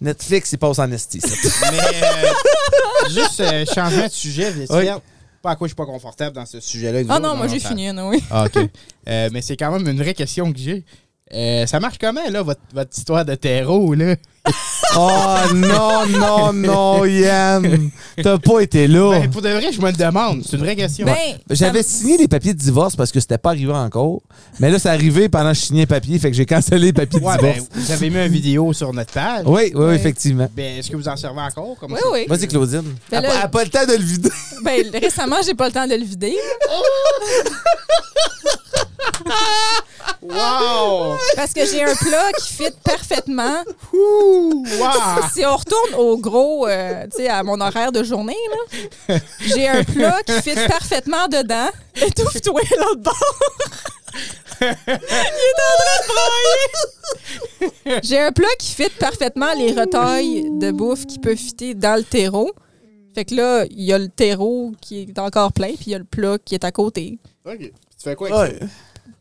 Netflix, il passe en esti. ça.
Mais euh, juste euh, changement de sujet, vite
Oui.
fait. Pas à quoi je suis pas confortable dans ce sujet-là. avec vous
Ah
autres,
non, moi j'ai
ça-
fini, non, oui.
Ah, OK. Euh, mais c'est quand même une vraie question que j'ai. Euh, ça marche comment, là, votre, votre histoire de terreau, là?
Oh non, non, non, Yann. T'as pas été là.
Ben, pour de vrai, je me le demande. C'est une vraie question.
Ben,
J'avais signé les papiers de divorce parce que c'était pas arrivé encore. Mais là, c'est arrivé pendant que je signais les papiers, fait que j'ai cancellé les papiers de
Ouais, ben,
divorce.
vous avez mis une vidéo sur notre page.
Oui, oui,
Ouais.
effectivement.
Ben, est-ce que vous en servez encore? Comme
Oui,
ça?
oui.
Vas-y, Claudine.
Ben
Elle
là-
a pas- elle a pas le temps de le vider.
Ben, récemment, j'ai pas le temps de le vider.
Wow!
Parce que j'ai un plat qui fit parfaitement.
Ouh! Wow!
Si on retourne au gros, euh, tu sais, à mon horaire de journée, là, j'ai un plat qui fit parfaitement dedans. Étouffe-toi l'autre bord. Il est en train de broyer. J'ai un plat qui fit parfaitement les retailles de bouffe qui peut fitter dans le terreau. Fait que là, il y a le terreau qui est encore plein, puis il y a le plat qui est à côté.
OK. Tu fais quoi avec
Ouais.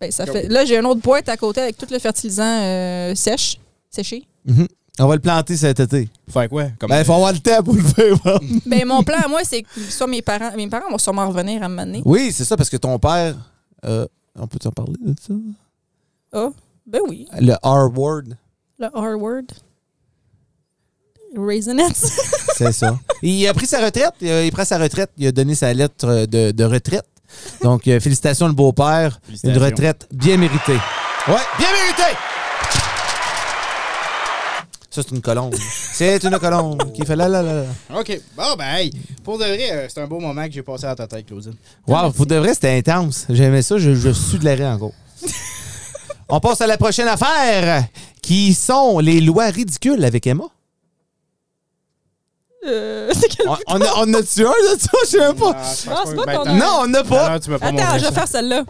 Ben, ça fait... Là, j'ai une autre boîte à côté avec tout le fertilisant euh, sèche, séché.
Mhm. On va le planter cet été.
ça? Faire quoi? Comme
Ben, il faut avoir le temps pour le faire. hein. bon.
Ben, mon plan à moi, c'est que soit mes parents, mes parents vont sûrement revenir à me mener.
Oui, c'est ça, parce que ton père. euh, on peut en parler de ça?
Ah, ben oui,
Le R-word.
le R-word. Raisinets.
C'est ça. Il a pris sa retraite. Il, a- il prend sa retraite. Il a donné sa lettre de, de retraite. Donc, euh, félicitations, le beau-père. Une
Félicitations.
retraite bien méritée. Ouais, bien méritée! Ça, c'est une colombe. C'est une colombe qui fait la la la. la.
OK. Bon, ben, hey, pour de vrai, euh, c'est un beau moment que j'ai passé à ta tête, Claudine.
Wow, pour de vrai, c'était intense. J'aimais ça. Je, je suis de l'arrêt, en gros. On passe à la prochaine affaire, qui sont les lois ridicules avec Emma.
Euh, c'est quel-
On, on a, on a-tu un de ça? Je sais même pas.
Ah, je pense
Non, c'est pas
ben,
qu'on a-
t'as-
Non, on n'a pas.
Non, tu m'as pas
Attends,
montré
je
ça.
vais faire celle-là.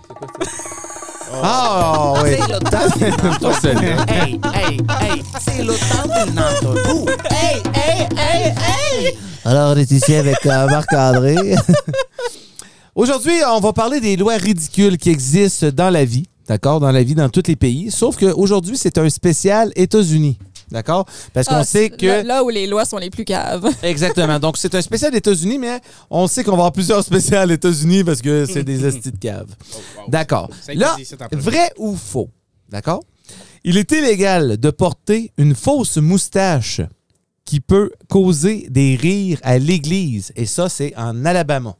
Ah,
Ah, oui.
C'est l'automne
celle-là.
Hey, hey, hey, c'est l'automne dans vous. Hey, hey, hey, hey.
Alors, on est ici avec euh, Marc-André. Aujourd'hui, on va parler des lois ridicules qui existent dans la vie, d'accord? Dans la vie, dans tous les pays. Sauf qu'aujourd'hui, c'est un spécial États-Unis, d'accord? Parce qu'on
Ah,
sait que...
là, là où les lois sont les plus caves.
Exactement. Donc, c'est un spécial États-Unis, mais on sait qu'on va avoir plusieurs spéciales États-Unis parce que c'est des astis de cave. D'accord.
Ça,
Là,
c'est- c'est en premier.
vrai ou faux? D'accord? Il est illégal de porter une fausse moustache qui peut causer des rires à l'Église. Et ça, c'est en Alabama.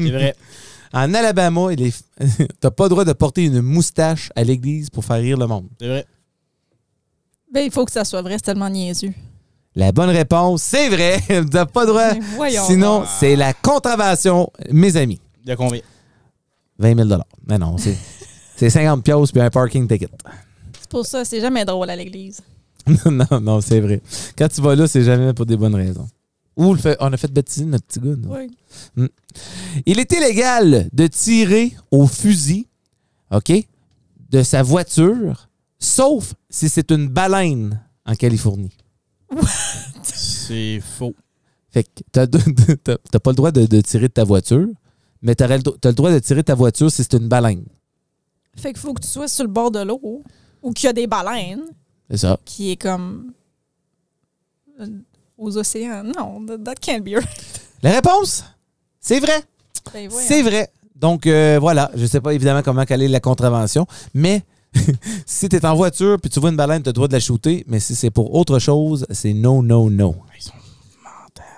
C'est vrai.
En Alabama, il est... t'as pas le droit de porter une moustache à l'Église pour faire rire le monde.
C'est vrai.
Ben, il faut que ça soit vrai, c'est tellement niaiseux.
La bonne réponse, c'est vrai. T'as pas le droit.
Mais voyons
Euh, Sinon,
donc.
c'est la contravention, mes amis.
De combien?
20 000 Mais non, c'est, c'est 50 piastres puis un parking ticket.
C'est pour ça, c'est jamais drôle à l'église.
non, non, non, c'est vrai. Quand tu vas là, c'est jamais pour des bonnes raisons. Ou le fait- on a fait bêtiser notre petit gars. non?
Oui.
Il est illégal de tirer au fusil, OK, de sa voiture, sauf si c'est une baleine en Californie.
C'est faux.
Fait que t'as, deux- t'as- t'as pas le droit de, de tirer de ta voiture, mais t'aurais le, do- t'as le droit de tirer de ta voiture si c'est une baleine.
Fait qu'il faut que tu sois sur le bord de l'eau ou qu'il y a des baleines
C'est ça.
qui est comme euh, aux océans. Non, that that can't be right.
La réponse, c'est vrai.
Ben, voyons.
C'est vrai. Donc euh, voilà, je sais pas évidemment comment caler la contravention, mais si tu es en voiture puis tu vois une baleine, tu as le droit de la shooter, mais si c'est pour autre chose, c'est non, non, non.
Ils sont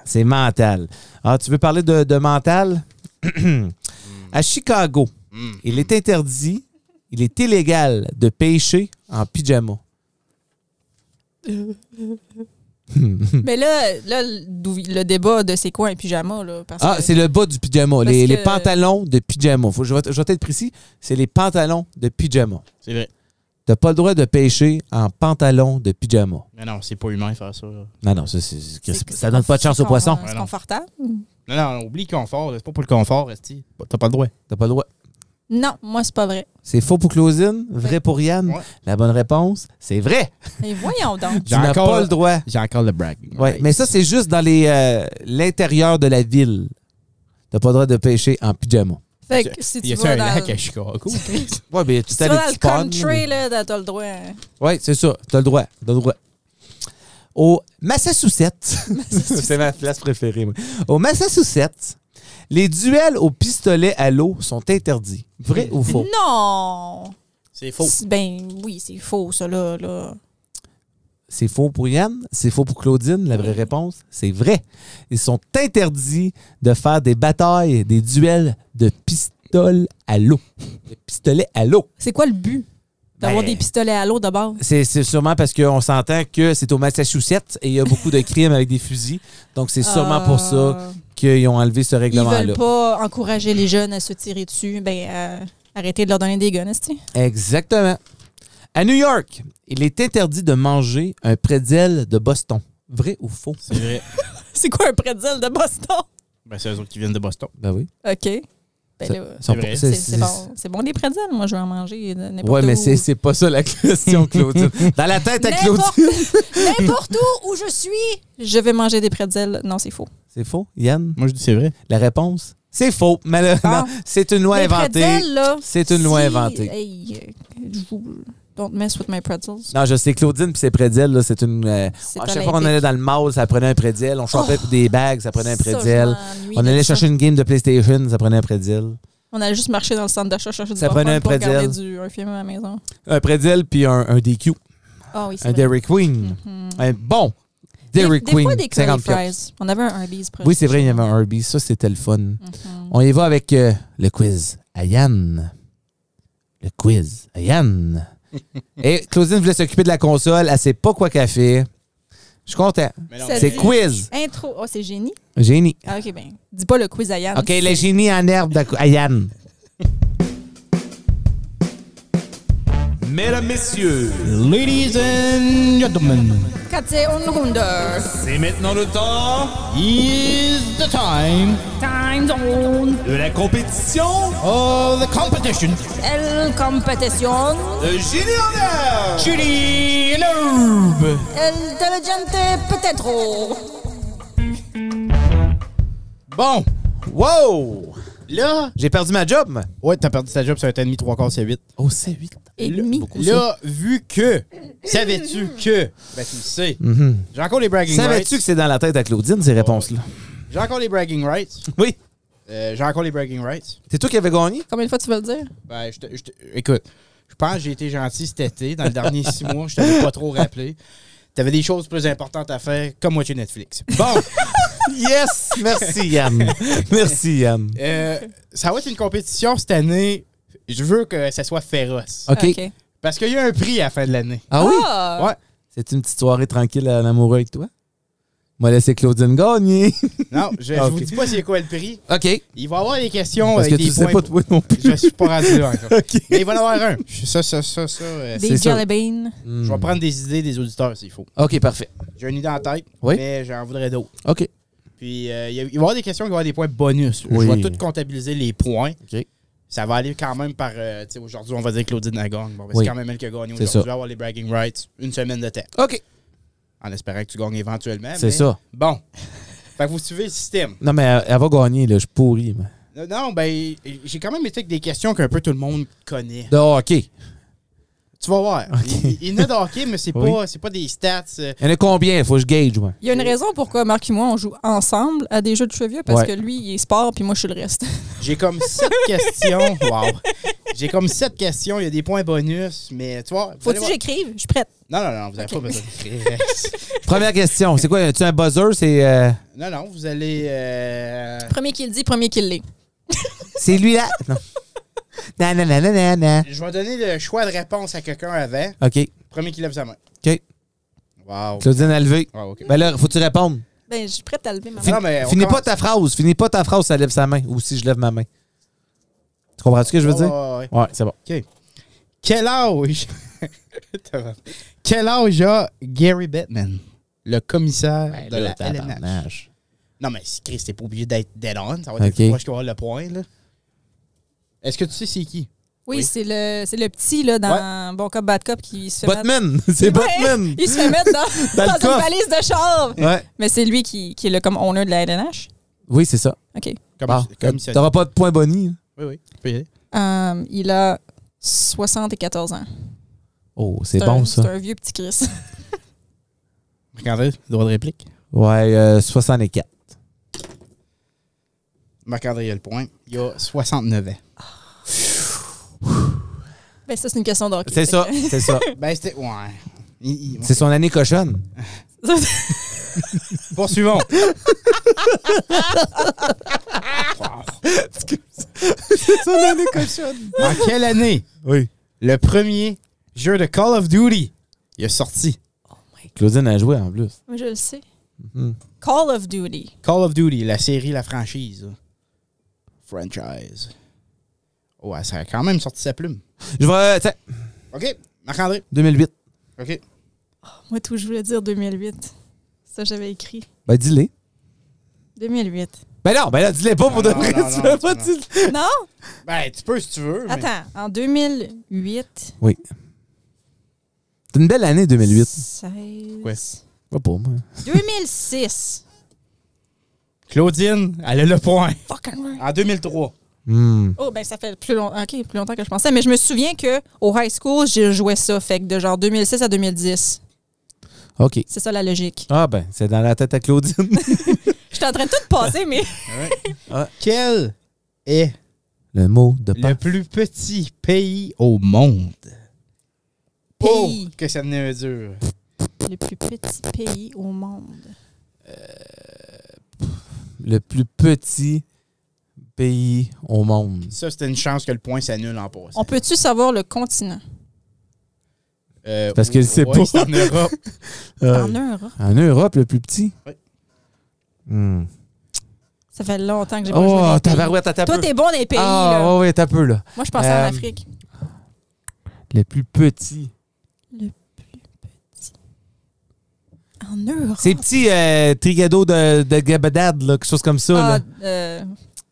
C'est mental. Ah, tu veux parler de, de mental? à Chicago,
Mm.
il est interdit, il est illégal de pêcher en pyjama.
Mais là, là d'où- le débat de c'est quoi un pyjama, là, parce
Ah,
que-
c'est le bas du pyjama, les,
Parce
les
que-
pantalons de pyjama. Faut, je, vais, je vais être précis, c'est les pantalons de pyjama.
C'est vrai.
T'as pas le droit de pêcher en pantalon de pyjama.
Mais non, c'est pas humain faire ça. là.
Non, non, ça, c'est- c'est-
c'est-
ça donne pas de chance aux
con-
poissons.
C'est
Ouais, non.
confortable.
Non, non, oublie le confort. là. C'est pas pour le confort, Esti. T'as pas le droit.
T'as pas le droit.
Non, moi, c'est pas vrai.
C'est faux pour Claudine, vrai pour Yann.
Ouais.
La bonne réponse, c'est vrai.
Mais voyons donc.
Tu
J'ai
n'as
encore-
pas le droit.
J'ai encore le bragging.
Ouais, mais ça, c'est juste dans les euh, l'intérieur de la ville. T'as pas le droit de pêcher en pyjama.
Fait que si
Y
tu
a-tu
vas
un
dans,
lac à Chicago?
Ouais, mais tu
si
t'as
tu vas
des petits
dans le
ponts,
country, là, t'as t'as le droit. hein.
mais- Ouais, c'est ça. T'as le droit. T'as le droit. Au Massachusetts. c'est ma place préférée, moi. Au Massachusetts, les duels au pistolet à l'eau sont interdits. Vrai ou faux?
Non!
C'est faux.
C'est- Ben oui, c'est faux, ça, là. là.
C'est faux pour Yann, c'est faux pour Claudine. La vraie réponse, c'est vrai. Ils sont interdits de faire des batailles, des duels de pistoles à l'eau. De pistolets à l'eau.
C'est quoi le but d'avoir
Ben-
des pistolets à l'eau d'abord?
C'est c'est sûrement parce qu'on s'entend que c'est au Massachusetts et il y a beaucoup de crimes avec des fusils. Donc, c'est sûrement pour ça
Euh,
qu'ils ont enlevé ce
Ils
règlement-là.
veulent pas encourager les jeunes à se tirer dessus. Ben, euh, arrêtez de leur donner des guns, est
Exactement. À New York, il est interdit de manger un prédiel de Boston. Vrai ou faux?
C'est vrai.
C'est quoi un pretzel de Boston?
Ben, c'est eux autres qui viennent de Boston.
Ben oui.
OK. Ben
Ça-
là,
Ils sont
vrai.
pas-
c'est- c'est bon. C'est bon des pretzels. Moi, je vais en manger de n'importe
Ouais, mais
où.
c'est c'est pas ça la question, Claudine. Dans la tête à
N'importe-
Claudine.
N'importe où où je suis, je vais manger des pretzels. Non, c'est faux.
C'est faux, Yann?
Moi, je dis c'est vrai.
La réponse? C'est faux, malheureusement.
Ah.
C'est une loi
Les
inventée.
pretzels, là,
C'est une loi
si-
inventée.
Hey, euh, je vous- don't mess with my pretzels.
Non, je sais, Claudine, puis c'est prédiel, là, c'est une. euh,
C'est
à chaque fois qu'on
olympique.
allait dans le mall, ça prenait un prédiel. On chopait pour des bagues, ça prenait un
Ça, je
prédiel.
m'ennuie
On
de
allait
ça.
chercher une game de PlayStation, ça prenait un prédiel.
On allait juste marcher dans le centre d'achat chercher du
Ça prenait un
popcorn pour
pretzel.
regarder du, un film à la maison.
Un prédiel, puis un, un DQ,
Ah oui, c'est
un
vrai.
Dairy Queen. Un bon
Des-
Dairy
des
Queen,
fois, des curly
50 piastres.
fries. Mm. On avait un Mhm. Arby's. proche
Oui,
de
c'est vrai,
chez
il y avait
nous.
un Arby's. Ça, c'était le fun. On y va avec euh, le quiz à Yann. Le quiz à Yann. Et Claudine voulait s'occuper de la console. Elle sait pas quoi qu'elle fait. Je suis content. C'est
Salut.
quiz.
Intro. Oh, c'est génie.
Génie.
Ah, OK, ben. Dis pas le quiz à Yann.
OK, le génie en herbe de- à Yann.
Mesdames, messieurs,
Ladies and gentlemen,
C'est une ronde.
c'est maintenant le temps
is the time
Time zone.
de la compétition
of the competition.
Elle compétition.
de Génie en air.
Judy and Herb.
Elle diligente peut-être.
Bon,
Wow!
là...
J'ai perdu ma job, moi.
Ouais, t'as perdu ta job sur un demi, trois quarts, c'est vite.
Oh, c'est 8.
Et
Là-
demi.
Là, vu que, savais-tu que, ben tu le sais, j'ai encore les bragging
Mhm. Savais-tu que
rights.
c'est dans la tête à Claudine, ces réponses-là?
J'ai encore les bragging rights.
Oui.
Euh, j'ai encore les bragging rights.
C'est toi qui avais gagné?
Combien de fois tu veux le dire?
Ben, je te- je te- écoute, je pense que j'ai été gentil cet été. Dans les derniers six mois, je t'avais pas trop rappelé. T'avais des choses plus importantes à faire, comme watcher Netflix. Bon,
Yes! Merci, Yann. Merci, Yann.
euh, ça va être une compétition cette année. Je veux que ça soit féroce.
OK.
Parce qu'il y a un prix à la fin de l'année.
Ah oui?
Ah!
Ouais.
C'est une petite soirée tranquille à l'amoureux avec toi? Moi, laissé Claudine gagner.
Non, je, je
Ah,
vous
ok.
dis pas c'est quoi le prix.
OK.
Il va y avoir des questions
Parce que
avec
tu
des
sais
points.
pas toi non plus.
Je suis pas rendu là encore.
OK.
Mais il va y en avoir un. Ça, ça, ça, ça. euh,
Des
C'est ça.
jelly beans.
Hmm.
Je vais prendre des idées des auditeurs s'il faut.
OK, parfait.
J'ai une idée en tête,
Oui.
mais j'en voudrais d'autres.
OK.
Puis euh, il y a- il va y avoir des questions qui vont avoir des points bonus.
Oui.
Je vais tout comptabiliser les points.
OK.
Ça va aller quand même par. euh, tu sais, aujourd'hui, on va dire Claudine a gagné. Bon, ben,
Oui.
c'est quand même elle qui a gagné
C'est
aujourd'hui.
ça.
Elle va avoir les bragging rights une semaine de temps.
OK.
En espérant que tu gagnes éventuellement.
C'est
mais-
ça.
Bon. fait que vous suivez le système.
Non, mais elle, elle va gagner, là. Je suis pourri, moi.
Non, Non, ben, j'ai quand même été avec des questions qu'un peu tout le monde connaît.
Non, OK. Il
Tu vas voir. Il, il y en a de hockey, mais c'est
Oui.
pas, c'est pas des stats. euh,
y en a combien? Il faut que je gage, moi.
Il y a une raison pourquoi Marc et moi, on joue ensemble à des jeux de cheveux parce
Ouais.
que lui, il est sport, puis moi, je suis le reste.
J'ai comme sept questions. Wow. J'ai comme sept questions. Il y a des points bonus, mais tu vois. vous allez
Faut-tu que
voir-
j'écrive? Je suis prête.
Non, non, non, vous n'avez pas besoin d'écrire.
Première question. C'est quoi? Tu un buzzer? C'est euh,
non, non, vous allez. euh,
Premier qui le dit, premier qui l'est.
c'est lui-là? Non. Non, non, non, non, non, non.
Je vais donner le choix de réponse à quelqu'un avant.
OK.
Premier qui lève sa main.
OK.
Wow.
Claudine a levé.
Wow, OK.
Ben là, faut-tu répondre?
Ben, je suis prête à lever ma
Fin-
main.
Non, mais on
finis pas
commence.
ta phrase. Finis pas ta phrase, ça lève sa main. Ou si je lève ma main. Tu comprends ce que je veux
Ouais,
dire?
ouais, ouais.
Ouais, c'est bon.
Quel âge. Tabarnak. Quel âge a Gary Bettman, le commissaire
Ben
de la LNH? Non, mais c'est- Chris, t'es pas obligé d'être dead on. Ça va être
Ok.
proche qu'on va avoir le point, là. Est-ce que tu sais c'est qui?
Oui,
Oui.
c'est le, c'est le petit, là, dans Bon Cop, Bad Cop, qui se fait mettre...
Botman! C'est Botman!
Ouais, il se fait mettre dans,
Dans le
dans
coffre.
une valise de char.
Ouais.
Mais c'est lui qui, qui est le comme owner de la LNH.
Oui, c'est ça.
OK.
Comme,
Ah,
comme ça.
T'auras pas de point boni. hein?
Oui, oui. tu peux y aller.
Euh, il a 74 ans.
Oh, c'est
un-
bon
C'est
ça.
un vieux petit Chris.
Marc-André, droit de réplique.
Ouais, euh, 64.
Marc-André a le point. Il a 69 ans.
ben, ça, c'est une question d'hockey.
C'est ça, c'est ça.
Ben, c'était. Ouais. Il- il-
C'est son année cochonne.
Poursuivons.
C'est son année cochonne.
en quelle année
Oui.
le premier jeu de Call of Duty il est sorti?
Claudine a joué en plus.
Moi, je le sais.
Mhm.
Call of Duty.
Call of Duty, la série, la franchise. Franchise. Ouais, ça a quand même sorti sa plume.
Je vais. euh, Tiens,
OK. Marc-André.
2008.
OK.
Moi, tout, je voulais dire 2008. Ça, j'avais écrit.
Ben, dis-les.
2008.
Ben non, ben là, dis-les pas pour
Non,
de vrai.
non,
Tu
non,
veux
non,
pas
non.
dire.
non?
Ben, tu peux si tu veux. mais-
Attends, en 2008.
Oui. C'est une belle année 2008.
16.
Ouais.
Pas pour moi.
2006.
Claudine, elle a le point.
Fucking right.
En 2003.
Hmm.
Oh, ben ça fait plus, long- ok, plus longtemps que je pensais. Mais je me souviens que au high school, j'ai joué ça. Fait que de genre 2006 à 2010.
OK.
C'est ça la logique.
Ah, ben, c'est dans la tête à Claudine.
J'étais en train de tout passer, mais.
Quel est
Le mot de
le
pain.
plus petit pays au monde?
Pays.
Oh, que ça devenait dur.
Le plus petit pays au monde.
Le plus petit pays au monde.
Ça, c'était une chance que le point s'annule en passant.
On peut-tu savoir le continent?
Euh,
Parce qu'elle sait
ouais,
pas.
c'est en Europe.
Euh,
En Europe.
en Europe, le plus petit?
Oui.
Hmm.
Ça fait longtemps que j'ai pas joué dans
Oh,
les pays.
tabarouette, t'as tapé.
Toi, t'es bon dans les pays,
Ah,
là.
ouais, ouais, t'as peu, là.
Moi, je pensais en
Euh,
Afrique.
Le plus petit.
En Europe.
Ces petits euh, trigados de, de gabadad, là, quelque chose comme ça.
Ah,
là.
euh,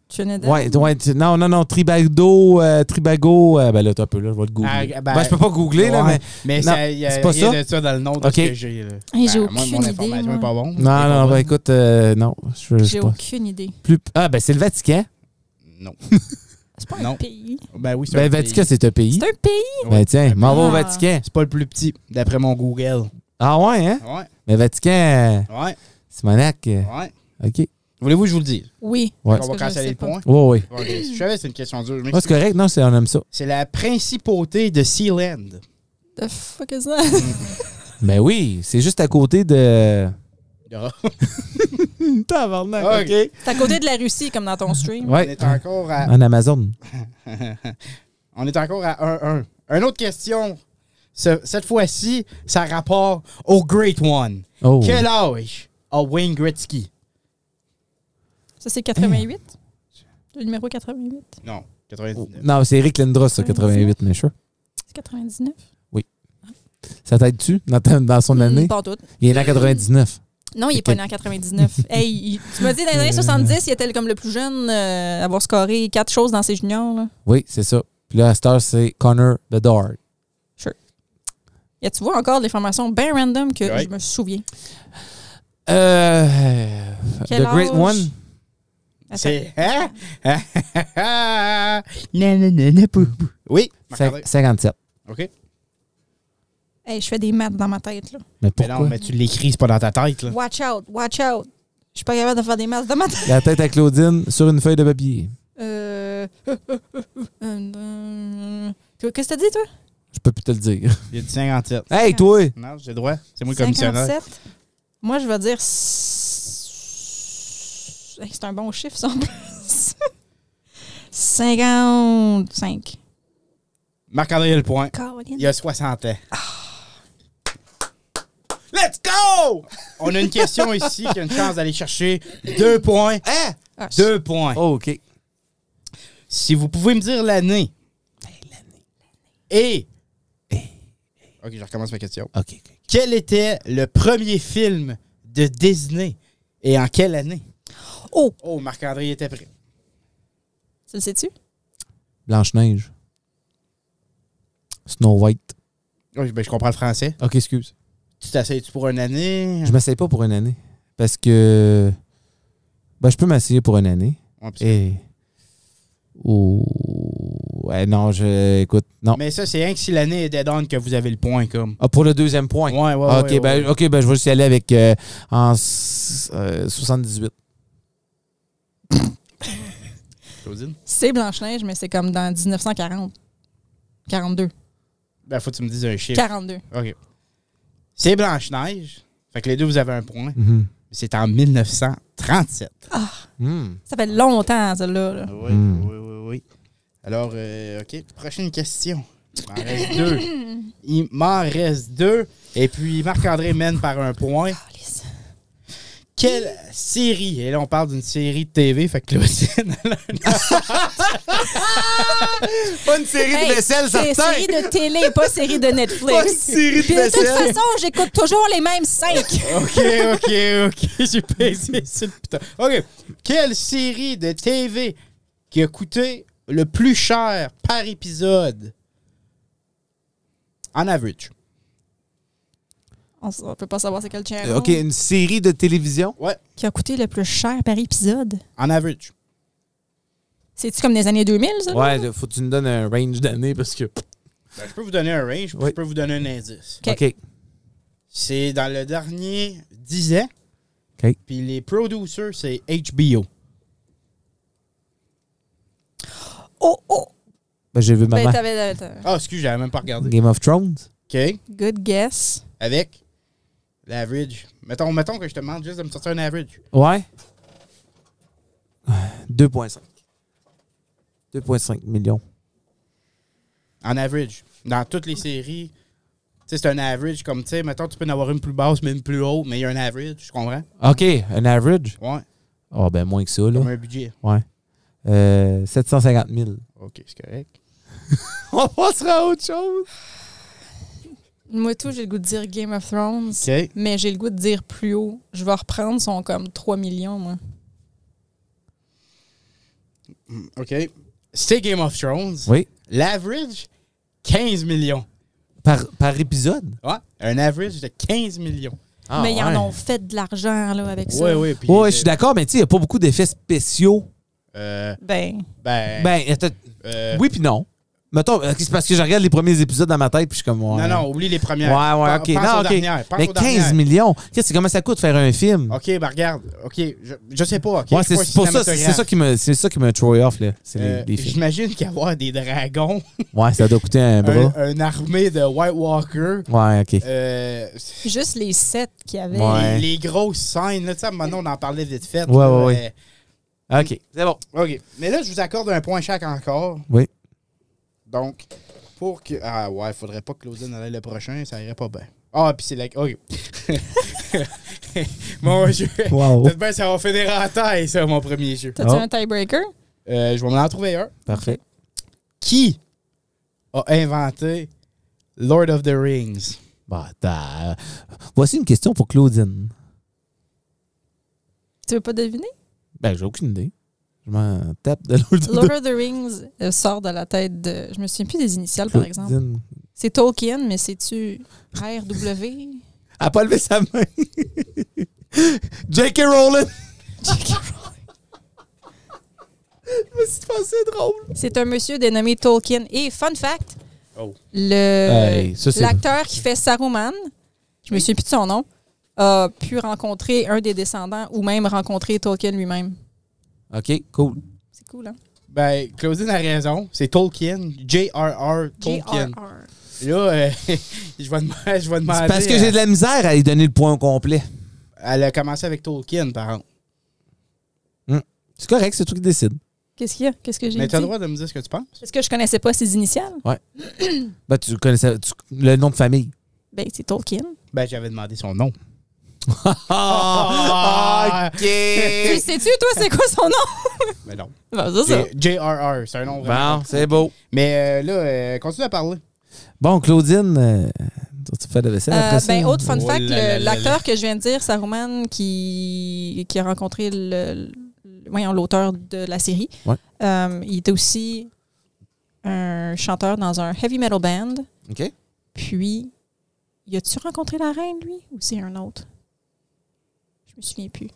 Trinidad.
Ouais, ouais, tu- non, non, non, Tribago, euh, Tribago, euh, ben là, t'as un peu, là, je vais le googler.
Ah, ben,
ben, je peux pas googler, là, mais...
Ouais, Mais
Non,
ça, il y a
c'est pas
rien
ça.
de ça dans le nom de
Ok.
ce que j'ai. là.
Hey, j'ai
Ben, moi,
aucune
mon
idée,
information
moi.
est pas bonne.
Non, non, ben écoute, euh, non, je, je sais
J'ai
pas.
aucune idée.
Plus... Ah, ben c'est le Vatican.
Non.
C'est pas
Non.
un pays.
Ben oui, c'est
Ben,
un
le Vatican, c'est un pays.
C'est un pays.
pays.
Ben tiens, m'en va au
Ah.
Vatican.
C'est pas le plus petit, d'après mon Google.
Ah ouais, hein?
Ouais,
Mais Vatican, euh,
ouais,
c'est Monac. euh,
ouais.
OK.
Voulez-vous que je vous le dise?
Oui.
Ouais.
On
Parce
va
que je
canceller
sais
le
pas.
point.
Ouais, ouais.
Ok, Je savais que c'est une question dure. je
Ah,
m'excuse.
c'est correct, non, c'est- on aime ça.
C'est la principauté de Sealand.
The fuck is that?
Ben oui, c'est juste à côté de.
Ah,
Tabarnak,
OK.
C'est à côté de la Russie, comme dans ton stream.
On
Ouais.
est encore à
En Amazon.
On est encore à 1-1. Une autre question. Ce- cette fois-ci, ça rapporte au Great One.
Oh.
Quel âge a Wayne Gretzky?
Ça, c'est 88? Le numéro 88?
Non, 99.
Oh. Non, c'est Eric Lindros, ça, 88, mais sûr.
C'est 99?
Ça t'aide-tu dans, ta- dans son année?
Hmm, pas en doute.
Il est né en 99.
Non, il n'est pas né en 99. hey, il- tu m'as dit, dans les années 70, il était comme le plus jeune euh, à avoir scoré quatre choses dans ses juniors. Là.
Oui, c'est ça. Puis là, à cette heure, c'est Connor Bedard.
Y a, tu vois encore des formations bien random que
Ouais.
je me souviens.
Euh.
Quel
The Great
âge?
One?
C'est. Hein? Non, non, non, non, pou, pou. Oui, Marc
Cin-
André.
57.
OK.
Hey, je fais des maths dans ma tête. Là.
Mais
Mais
pourquoi?
non, mais tu l'écris, c'est pas dans ta tête. Là.
Watch out, watch out. Je suis pas capable de faire des maths dans ma tête.
La tête à Claudine sur une feuille de papier.
Euh... euh, euh, euh, euh, Qu'est-ce que t'as dit, toi?
Je peux plus te le dire.
Il y a du 57.
Hey, toi!
Non, j'ai le droit. C'est moi le commissionnaire.
57? Moi, je vais dire... s- Hey, c'est un bon chiffre, ça, en plus. 55.
Marc-André a le point. Il a 60 ans. Ah. Let's go! On a une question ici qui a une chance d'aller chercher deux points. Hein?
Ah,
Deux points.
Oh, OK.
Si vous pouvez me dire l'année. Ben, Et. Ben, Ok, je recommence ma question.
OK. ok.
Quel était le premier film de Disney et en quelle année?
Oh!
Oh, Marc-André était prêt.
Tu le sais-tu?
Blanche-Neige. Snow White.
Oui, ben, je comprends le français.
OK, excuse.
Tu t'essayes-tu pour une année?
Je m'essaye pas pour une année. Parce que. Ben, je peux m'essayer pour une année.
Ouais, puis-
Et. Ou. Ouais, non, je. Écoute, non.
Mais ça, c'est rien que si l'année est dead on que vous avez le point, comme.
Ah, pour le deuxième point.
Ouais, ouais, ouais.
Ah, ok,
ouais,
ben,
ouais.
ok, ben, je vais juste y aller avec euh, en s- euh, 78.
Claudine?
C'est Blanche-Neige, mais c'est comme dans 1940. 42.
Ben, faut que tu me dises un chiffre.
42.
OK. C'est Blanche-Neige. Fait que les deux, vous avez un point.
Mhm.
C'est en 1937.
Hmm.
Ça fait longtemps, celle-là. là.
Ah Oui,
Mm.
oui, oui, oui. Alors, euh, OK. Prochaine question. Il m'en reste deux. Il m'en reste deux. Et puis, Marc-André mène par un point.
Alice.
Quelle série? Et là, on parle d'une série de TV. Fait que Claudine,
Pas une série
Hey, C'est série de télé, pas série de Netflix.
série
Puis de toute façon, j'écoute toujours les mêmes cinq.
OK, OK, OK. J'ai pesé sur le putain. OK. Quelle série de TV qui a coûté le plus cher par épisode en average?
On, s- on peut pas savoir c'est quel channel.
Ok, une série de télévision.
Ouais,
Qui a coûté le plus cher par épisode.
en average.
C'est-tu comme des années 2000, ça? là?
Ouais, faut que tu nous donnes un range d'années parce que.
Ben, je peux vous donner un range, puis
Oui.
je peux vous donner un indice.
OK.
Ok.
C'est dans le dernier 10 ans.
OK.
Puis les producers, c'est HBO.
Oh, oh!
Ben, j'ai vu
Ben,
maman.
t'avais- t'avais- t'avais-
Ah, excuse, j'avais même pas regardé.
Game of Thrones.
OK.
Good guess.
Avec l'average. Mettons, mettons que je te demande juste de me sortir un average.
Ouais. 2,5. 2,5 millions.
En average. Dans toutes les séries, tu sais, c'est un average comme, tu sais, mettons, tu peux en avoir une plus basse, mais une plus haute, mais il y a un average, tu comprends?
Ok, un average.
Ouais,
Ah, ben, moins que ça, là.
comme un budget.
Ouais. Euh, 750 000.
OK, c'est correct.
On passera à autre chose.
Moi, tout, j'ai le goût de dire Game of Thrones,
OK.
mais j'ai le goût de dire plus haut. Je vais reprendre, sont comme 3 millions, moi.
OK. C'est Game of Thrones.
Oui.
L'average, 15 millions.
Par, par épisode?
Ouais. Un average de 15 millions.
Ah,
mais ils en ont fait de l'argent, là, avec
Ouais,
ça.
ouais. Puis,
Ouais, je suis d'accord, mais tu sais, il n'y a pas beaucoup d'effets spéciaux.
euh,
Ben,
ben,
Ben, attends,
euh,
oui puis non. Mettons, euh, c'est parce que je regarde les premiers épisodes dans ma tête, puis je suis comme... ouais.
Non, non, oublie les premières.
Ouais, ouais,
Pen-
OK.
Pense
Non,
aux
OK.
dernières. Pense
Mais
aux
15
dernières.
millions. Qu'est-ce que comment ça coûte faire un film?
OK, ben regarde. OK, je, je sais pas. OK,
Ouais,
je
c'est
suis pas
c'est pour ça, c'est
cinématographe.
c'est ça qui me, c'est ça qui me throw off, là. C'est les,
Euh,
les films.
J'imagine qu'avoir des dragons,
Ouais, ça doit coûter un
un,
bras.
une armée de White Walker,
Ouais, OK.
euh,
juste les 7 qu'il y avait.
Ouais.
les, les grosses scènes, là, tu sais, maintenant on en parlait vite fait.
Ouais,
là,
ouais, ouais. OK, c'est bon.
euh, OK, mais là, je vous accorde un point chaque encore.
Oui.
Donc, pour que. Ah ouais, faudrait pas que Claudine allait le prochain, ça irait pas bien. Ah, puis c'est la. OK. mon jeu.
Wow.
Peut-être bien ça va finir en taille, ça, mon premier jeu.
T'as-tu
Oh.
un tiebreaker?
Euh, je vais m'en trouver un.
Parfait.
Qui a inventé Lord of the Rings?
Bon, attends. euh, Voici une question pour Claudine.
Tu veux pas deviner?
Ben, j'ai aucune idée. Je m'en tape de l'autre.
Lord of the Rings euh, sort de la tête de. Je me souviens plus des initiales, par exemple.
Claudine.
C'est Tolkien, mais c'est-tu RW?
Elle n'a pas levé sa main. J.K. Rowling. C'est passé drôle.
C'est un monsieur dénommé Tolkien. Et fun fact,
Oh.
le
Hey, ça, c'est-
l'acteur qui fait Saruman, je me souviens plus de son nom, a pu rencontrer un des descendants ou même rencontrer Tolkien lui-même.
OK, cool.
C'est cool, hein?
Ben, Claudine a raison. C'est Tolkien. J.R.R. Tolkien.
J.R.R.
Là, euh, je vais demander. Je vais demander
Ben,
C'est parce que
euh,
j'ai de la misère à lui donner le point au complet.
Elle a commencé avec Tolkien, par contre.
C'est correct, c'est toi qui décides.
Qu'est-ce qu'il y a? Qu'est-ce que j'ai
Mais
dit?
t'as le droit de me dire ce que tu penses?
Est-ce que je connaissais pas ses initiales?
Ben, tu connais ça- tu- le nom de famille.
Ben, c'est Tolkien.
Ben, j'avais demandé son nom.
Ah, OK.
Tu sais-tu, toi, c'est quoi son nom?
Mais non.
Ben, c'est ça.
C'est J.R.R. C'est un nom vraiment.
Bon, c'est beau.
Mais euh, là, euh, continue à parler.
Bon, Claudine, euh, tu fais de la vaisselle
Euh,
après ça?
ben, autre fun
Oh
fact,
là là
le-
là
l'acteur que je viens de dire, Saruman, qui, qui a rencontré le, le- voyons, l'auteur de la série,
Ouais.
euh, il était aussi un chanteur dans un heavy metal band.
OK.
Puis, y a-tu rencontré la reine, lui, ou c'est un autre? Je me souviens plus.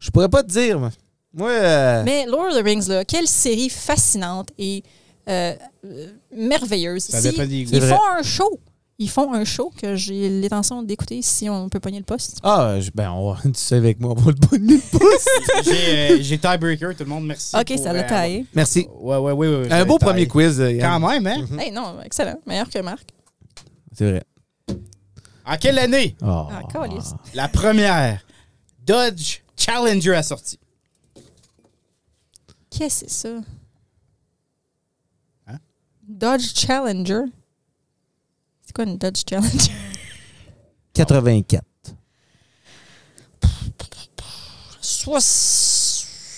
Je pourrais pas te dire, moi. Moi, euh,
Mais Lord of the Rings, là, quelle série fascinante et euh, euh, merveilleuse.
Ça
Si-
dépend des goûts.
ils
vrai.
font un show. Ils font un show que j'ai l'intention d'écouter si on peut pogner le poste.
Ah, je- ben, on va- tu sais avec moi, on va le bonne le pouce.
J'ai euh, j'ai tiebreaker, tout le monde, merci.
OK,
pour,
ça l'a
euh,
taillé.
Merci.
Ouais, ouais, ouais. ouais, ça
Un
l'a
beau
taillé.
premier quiz, euh, Yann.
Quand même, hein?
Hey, non, excellent. Meilleur que Marc.
C'est vrai.
En quelle année
Oh.
Ah, câlisse.
la première Dodge Challenger a sorti?
Qu'est-ce que c'est ça?
Hein?
Dodge Challenger. C'est quoi une Dodge Challenger?
84.
60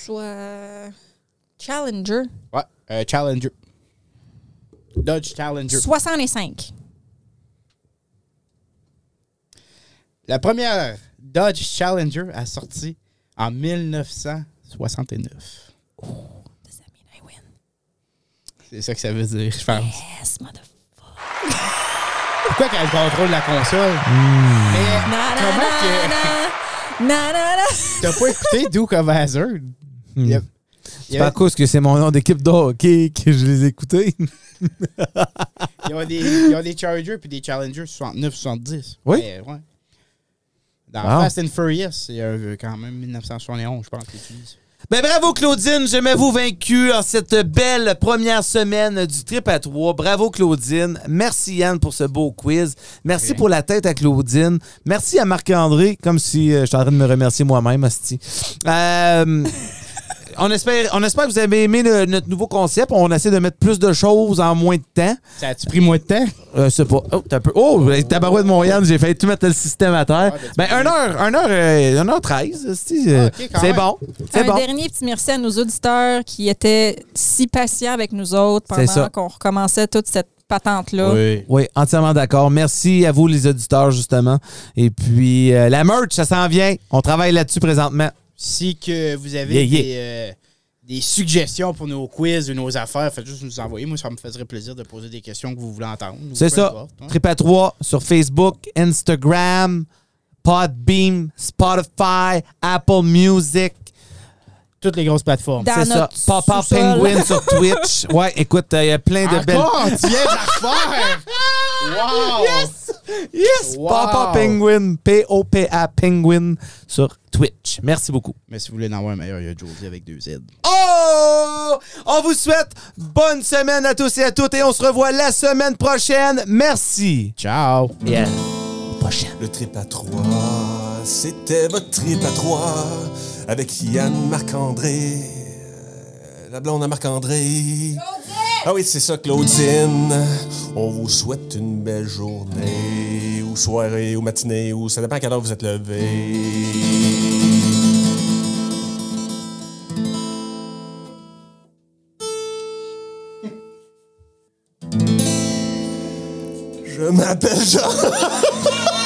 soit... Challenger.
Ouais, euh, Challenger. Dodge Challenger.
65.
La première Dodge Challenger a sorti en 1969.
Does that mean I win?
C'est ça que ça veut dire, je pense.
Yes, motherfucker.
Pourquoi qu'elle contrôle la console?
Hmm.
Mais
Na, na,
comment
na,
que
na, na, na, na.
t'as pas écouté Duke of Hazard?
Hmm.
Yep. Il
C'est
y,
pas à
a,
cause que c'est mon nom d'équipe de hockey que je les ai écoutés.
il y a des, il y a des Chargers puis des Challengers 69-70.
Oui.
ouais. Dans
Wow.
Fast and Furious, c'est euh, quand même 1971, je pense qu'ils utilisent.
Ben bravo Claudine, je m'avoue vaincue en cette belle première semaine du trip à trois. Bravo Claudine, merci Yann pour ce beau quiz, merci
Rien.
pour la tête à Claudine, merci à Marc-André, comme si euh, je suis en train de me remercier moi-même, hostie. Euh, on, espère, on espère que vous avez aimé le- notre nouveau concept, on essaie de mettre plus de choses en moins de temps.
Ça a-tu pris moins de temps?
Euh, c'est pas. Oh, t'as un peu. Oh, les tabarouettes de Montréal, j'ai failli tout mettre le système à terre.
Ouais, ben,
Ben, 1 heure, 1 heure, euh, 1 heure 13. C'est
Ah,
euh,
ok, quand
c'est
même.
bon. C'est
Un
bon.
dernier petit merci à nos auditeurs qui étaient si patients avec nous autres
C'est ça.
pendant qu'on recommençait toute cette patente-là.
Oui.
Oui, entièrement d'accord. Merci à vous, les auditeurs, justement. Et puis, euh, la merch, ça s'en vient. On travaille là-dessus présentement.
Si que vous avez
Yeah, yeah.
Des, euh, des suggestions pour nos quiz ou nos affaires, faites juste nous envoyer. Moi, ça me ferait plaisir de poser des questions que vous voulez entendre. ou
C'est
peu
ça.
importe, hein.
Trip à 3 sur Facebook, Instagram, Podbeam, Spotify, Apple Music.
Toutes les grosses plateformes.
Dans
C'est ça.
notre
Papa
sous-sol.
Penguin sur Twitch. Ouais, écoute, euh, il y a plein de belles.
Encore, tu viens de la refaire! Wow!
Yes!
Wow!
Papa Penguin, P-O-P-A Penguin sur Twitch. Merci beaucoup.
Mais si vous voulez en avoir un meilleur, il y a Josie avec deux Z.
Oh! On vous souhaite bonne semaine à tous et à toutes et on se revoit la semaine prochaine. Merci.
Ciao!
Et à la prochaine.
Le trip à trois, c'était votre trip à trois avec Yann Marc-André, euh, la blonde à Marc-André. Ah oui, c'est ça, Claudine. On vous souhaite une belle journée, ou soirée, ou matinée, ou ça dépend à quelle heure vous êtes levé. Je m'appelle Jean.